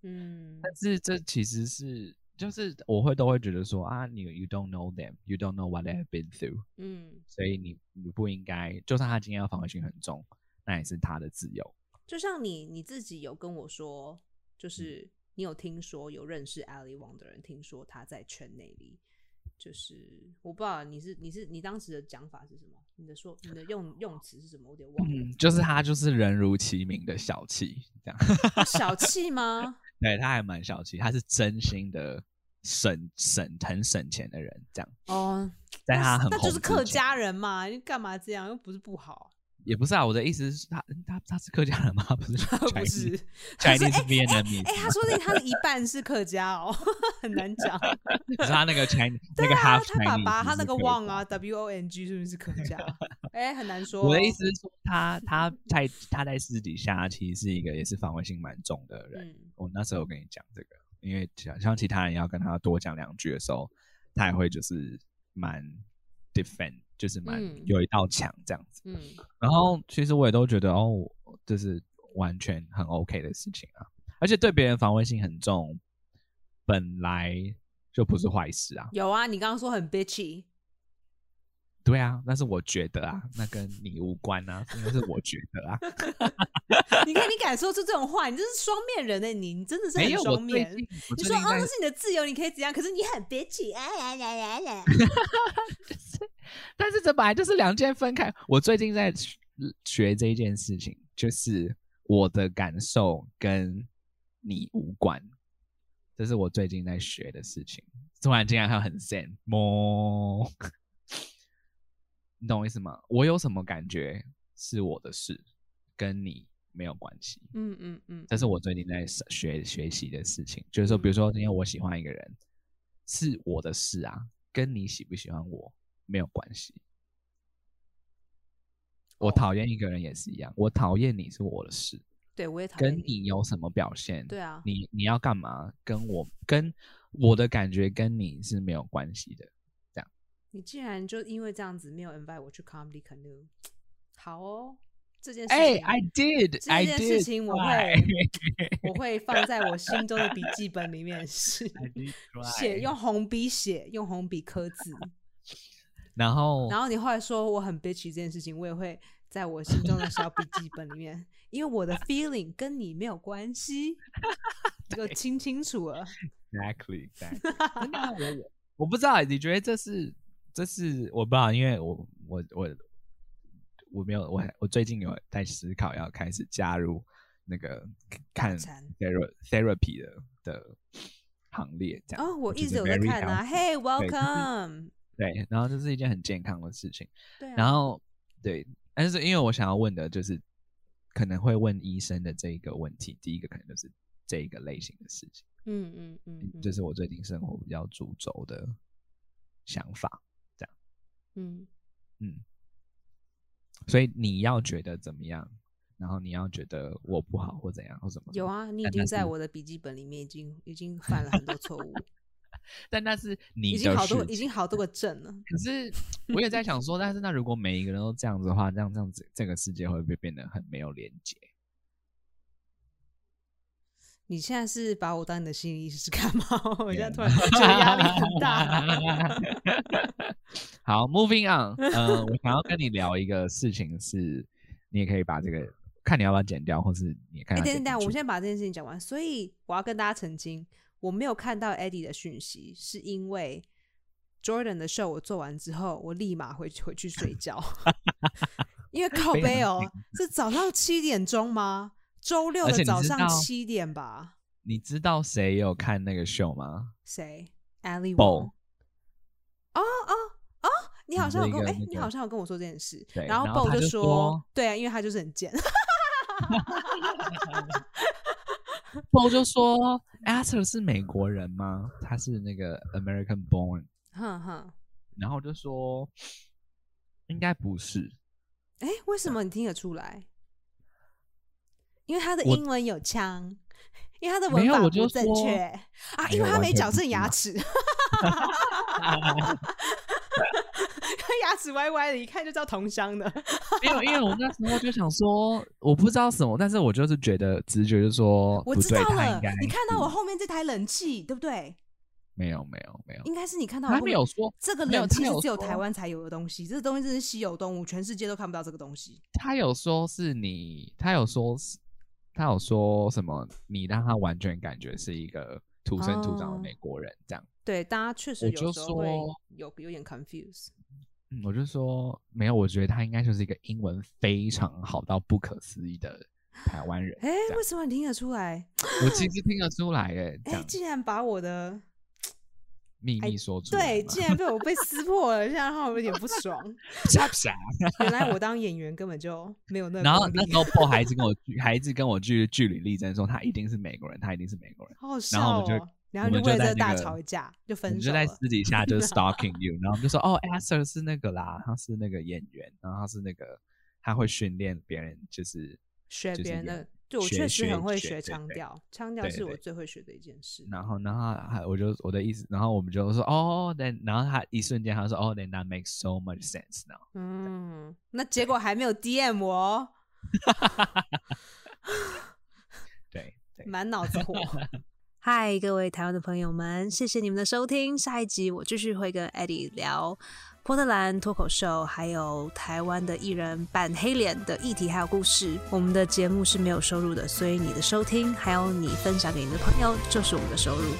Speaker 2: 嗯，
Speaker 1: 但是这其实是。就是我会都会觉得说啊，你 you don't know them, you don't know what they've been through，
Speaker 2: 嗯，
Speaker 1: 所以你你不应该，就算他今天要防卫心很重，那也是他的自由。
Speaker 2: 就像你你自己有跟我说，
Speaker 1: 嗯
Speaker 2: 就是你有听说有认识 Ali Wong 的人，听说他在圈内里，就是我不知道你是你是你当时的讲法是什么，你的说你的用用词是什么，我有点忘了。
Speaker 1: 嗯，就是他就是人如其名的小气，这样。
Speaker 2: 他小气吗？
Speaker 1: 对，他还蛮小气，他是真心的省省很省钱的人，这样。
Speaker 2: 哦，
Speaker 1: 在他很
Speaker 2: 那就
Speaker 1: 红
Speaker 2: 是
Speaker 1: 之
Speaker 2: 客
Speaker 1: 前
Speaker 2: 家人嘛，你干嘛这样？又不是不 好，
Speaker 1: 也不是啊，我的意思是他他他是客家人吗？不是
Speaker 2: 不是
Speaker 1: Chinese，Chinese？
Speaker 2: 他说
Speaker 1: Chinese
Speaker 2: 哎哎
Speaker 1: Vietnamese
Speaker 2: 哎，他说不定他的一半是客家哦，很 难讲。
Speaker 1: 你说他那 个 Chinese 那
Speaker 2: 对
Speaker 1: 个
Speaker 2: 啊，
Speaker 1: half
Speaker 2: 他爸
Speaker 1: Chinese，
Speaker 2: 爸他
Speaker 1: 是
Speaker 2: 那个
Speaker 1: 客
Speaker 2: 旺
Speaker 1: 家
Speaker 2: 啊，W O N G 是不是客家？哎、很难说哦、
Speaker 1: 我的意思是说，他他在他在私底下其实是一个也是防卫性蛮重的人。
Speaker 2: 嗯，
Speaker 1: 我那时候有跟你讲这个，因为像像其他人要跟他多讲两句的时候，他也会就是蛮 defend，就是蛮
Speaker 2: 嗯
Speaker 1: 有一道墙这样子。
Speaker 2: 嗯
Speaker 1: 然后其实我也都觉得哦，这是完全很 OK 的事情啊，而且对别人防卫性很重，本来就不是坏事啊。
Speaker 2: 有啊，你刚刚说很 bitchy，
Speaker 1: 对啊，那是我觉得啊，那跟你无关啊，因为是我觉得 啊。
Speaker 2: 你看你敢说出这种话，你这是双面人呢、欸你你真的是
Speaker 1: 没
Speaker 2: 很
Speaker 1: 有，我
Speaker 2: 双
Speaker 1: 最
Speaker 2: 面。
Speaker 1: 近我
Speaker 2: 你
Speaker 1: 最
Speaker 2: 说
Speaker 1: 近
Speaker 2: 啊，
Speaker 1: 在
Speaker 2: 这是你的自由，你可以怎样？可是你很 bitchy，哎呀呀呀 呀！
Speaker 1: 但是这本来就是两件分开。我最近在学学这一件事情，就是我的感受跟你无关，这是我最近在学的事情。突然间还很 sad，么？你懂我意思吗？我有什么感觉是我的事，跟你没有关系。
Speaker 2: 嗯嗯嗯，
Speaker 1: 这是我最近在学学学习的事情，就是说，比如
Speaker 2: 嗯
Speaker 1: 说今天我喜欢一个人，是我的事啊，跟你喜不喜欢我没有关系。我
Speaker 2: 哦
Speaker 1: 讨厌一个人也是一样，我讨厌你是我的事，
Speaker 2: 对我也讨厌
Speaker 1: 跟你有什么表现，
Speaker 2: 对啊，
Speaker 1: 你你要干嘛，跟我跟我的感觉跟你是没有关系的。
Speaker 2: 你竟然就因为这样子没有 invite 我去 comedy canoe，好哦，这件事情，
Speaker 1: 哎、i did,
Speaker 2: 这
Speaker 1: I
Speaker 2: 件事
Speaker 1: did，
Speaker 2: 情我
Speaker 1: try
Speaker 2: 会 我会放在我心中的笔记本里面，是
Speaker 1: I did
Speaker 2: 写
Speaker 1: try 哦
Speaker 2: 用红笔写，用红笔刻字。
Speaker 1: 然后
Speaker 2: 然后你后来说我很 bitchy 这件事情，我也会在我心中的小笔记本里面，因为我的 feeling 跟你没有关系，就清清楚了。
Speaker 1: Exactly，真的啊，我 我我不知道，你觉得这是这是我不知道，因为我我我我没有我我最近有在思考要开始加入那个看
Speaker 2: 餐
Speaker 1: thera- therapy 的的行列，这样
Speaker 2: 哦，我
Speaker 1: 就
Speaker 2: 一
Speaker 1: 是
Speaker 2: 直有在
Speaker 1: very
Speaker 2: 看啊
Speaker 1: healthy
Speaker 2: ，Hey welcome，
Speaker 1: 对，然后这是一件很健康的事情，
Speaker 2: 对啊，
Speaker 1: 然后对，但是因为我想要问的就是可能会问医生的这一个问题，第一个可能就是这一个类型的事情。
Speaker 2: 嗯嗯嗯，嗯
Speaker 1: 这是我最近生活比较主轴的想法。
Speaker 2: 嗯，
Speaker 1: 嗯，所以你要觉得怎么样，然后你要觉得我不好或怎样或怎么
Speaker 2: 有，啊，你已
Speaker 1: 但
Speaker 2: 经
Speaker 1: 那
Speaker 2: 在
Speaker 1: 是
Speaker 2: 我的笔记本里面已经已经犯了很多错误，
Speaker 1: 但那是你
Speaker 2: 已
Speaker 1: 的
Speaker 2: 经好多
Speaker 1: 事
Speaker 2: 已经
Speaker 1: 情
Speaker 2: 好多个证了。
Speaker 1: 可 是我也在想说，但是那如果每一个人都这样子的话，这样这样子，这个世界会不会变得很没有连 接？
Speaker 2: 你现在是把我当你的心理医师干嘛？ 我现在突然觉得压力很大。
Speaker 1: 好，Moving on，呃，我想要跟你聊一个事情是，你也可以把这个看你要不要剪掉，或是你也看
Speaker 2: 哎、
Speaker 1: 要剪
Speaker 2: 等等等，
Speaker 1: 进
Speaker 2: 我
Speaker 1: 去
Speaker 2: 们先把这件事情讲完。所以我要跟大家澄清，我没有看到 Eddie 的讯息，是因为 Jordan 的 show 我做完之后，我立马回去回去睡 觉，因为靠背哦、是早上七点钟吗？周六
Speaker 1: 而且
Speaker 2: 的
Speaker 1: 你
Speaker 2: 早
Speaker 1: 知
Speaker 2: 上
Speaker 1: 道
Speaker 2: 七点吧？
Speaker 1: 你知道谁有看那个秀吗？
Speaker 2: 谁？Ali
Speaker 1: Bo
Speaker 2: Wong。哦哦哦！你好像有
Speaker 1: 一
Speaker 2: 跟我
Speaker 1: 个
Speaker 2: 哎、
Speaker 1: 嗯那
Speaker 2: 你
Speaker 1: 个
Speaker 2: 好像有跟我说这件事，
Speaker 1: 对
Speaker 2: 然后
Speaker 1: 然后
Speaker 2: Bo
Speaker 1: 他
Speaker 2: 就
Speaker 1: 就说
Speaker 2: 对啊，因为他就是很贱，
Speaker 1: 我就说 Astor 是美国人吗？他是那个 American born，
Speaker 2: 哼哼，
Speaker 1: 然后我就说应该不是，
Speaker 2: 哎、为什么你听得出来？因为他的
Speaker 1: 我
Speaker 2: 英文有腔，因为他的
Speaker 1: 没
Speaker 2: 文
Speaker 1: 有
Speaker 2: 法
Speaker 1: 我
Speaker 2: 不
Speaker 1: 就
Speaker 2: 正
Speaker 1: 说
Speaker 2: 确啊，
Speaker 1: 没
Speaker 2: 因
Speaker 1: 有
Speaker 2: 为他
Speaker 1: 完
Speaker 2: 没
Speaker 1: 全
Speaker 2: 矫
Speaker 1: 不
Speaker 2: 正
Speaker 1: 是
Speaker 2: 牙
Speaker 1: 嘛
Speaker 2: 齿，他牙齿歪歪的，一看就知道同乡的。
Speaker 1: 没有，因为我那时候就想说我不知道什么，但是我就是觉得直觉就说
Speaker 2: 我
Speaker 1: 不
Speaker 2: 知
Speaker 1: 对，
Speaker 2: 道
Speaker 1: 他
Speaker 2: 了
Speaker 1: 应该，
Speaker 2: 你看到
Speaker 1: 是
Speaker 2: 我后面这台冷气，对不对？
Speaker 1: 没有没有没有，
Speaker 2: 应该是你看到我
Speaker 1: 他
Speaker 2: 后
Speaker 1: 没
Speaker 2: 面
Speaker 1: 有说
Speaker 2: 这个
Speaker 1: 没有
Speaker 2: 冷
Speaker 1: 他
Speaker 2: 气是
Speaker 1: 有
Speaker 2: 只有
Speaker 1: 说
Speaker 2: 台湾才有的东西，这个东西真是稀有动物，全世界都看不到这个东西。
Speaker 1: 他有说是你，他有说是，他有说什么？你让他完全感觉是一个土生土长的
Speaker 2: 哦
Speaker 1: 美国人这样。
Speaker 2: 对，大家确实
Speaker 1: 我
Speaker 2: 有
Speaker 1: 就
Speaker 2: 时候会
Speaker 1: 说
Speaker 2: 有有点 confuse。
Speaker 1: 嗯，我就说没有，我觉得他应该就是一个英文非常好到不可思议的台湾人。
Speaker 2: 哎、
Speaker 1: 这样
Speaker 2: 为什么你听得出来？
Speaker 1: 我其实听得出来耶，这
Speaker 2: 哎、
Speaker 1: 样
Speaker 2: 竟然把我的
Speaker 1: 秘
Speaker 2: 哎
Speaker 1: 密说出来
Speaker 2: 对，
Speaker 1: 嘛
Speaker 2: 竟然被我被撕破了，现在让我有点 不爽。
Speaker 1: 啪啪
Speaker 2: 原来我当演员根本就没有那个
Speaker 1: 然后
Speaker 2: 功
Speaker 1: 那
Speaker 2: 力
Speaker 1: 时候 b 还一直跟我据，还一直跟我据据理力争说他一定是美国人，他一定是美国人。
Speaker 2: 好好笑
Speaker 1: 然后我
Speaker 2: 哦
Speaker 1: 们就。
Speaker 2: 然后
Speaker 1: 我们
Speaker 2: 就
Speaker 1: 就
Speaker 2: 为了
Speaker 1: 在
Speaker 2: 这
Speaker 1: 那
Speaker 2: 大
Speaker 1: 个
Speaker 2: 吵一架，就
Speaker 1: 我
Speaker 2: 分
Speaker 1: 们
Speaker 2: 手
Speaker 1: 就在
Speaker 2: 了。
Speaker 1: 私底下 就是 stalking you，然后我们就说哦，Aster 是那个啦，他是那个演员，然后他是那个他会训练别人，就是
Speaker 2: 学
Speaker 1: 就是
Speaker 2: 别人的
Speaker 1: 有，
Speaker 2: 对我
Speaker 1: 学
Speaker 2: 确实
Speaker 1: 学
Speaker 2: 很会
Speaker 1: 学
Speaker 2: 学
Speaker 1: 对
Speaker 2: 腔
Speaker 1: 对
Speaker 2: 调，腔调
Speaker 1: 对
Speaker 2: 是我
Speaker 1: 对
Speaker 2: 最会学的一件事。
Speaker 1: 然后然后还我就我的意思，然后我们就说哦，then，然后他一瞬间他说哦，then that makes so much sense now。
Speaker 2: 嗯，那结果还没有 DM 我哦，
Speaker 1: 对对，
Speaker 2: 满脑子火。嗨，各位台湾的朋友们，谢谢你们的收听。下一集我继续会跟 Eddie 聊波特兰脱口秀，还有台湾的艺人扮黑脸的议题还有故事。我们的节目是没有收入的，所以你的收听还有你分享给你的朋友就是我们的收入。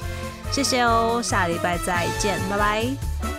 Speaker 2: 谢谢哦，下礼拜再见，拜拜。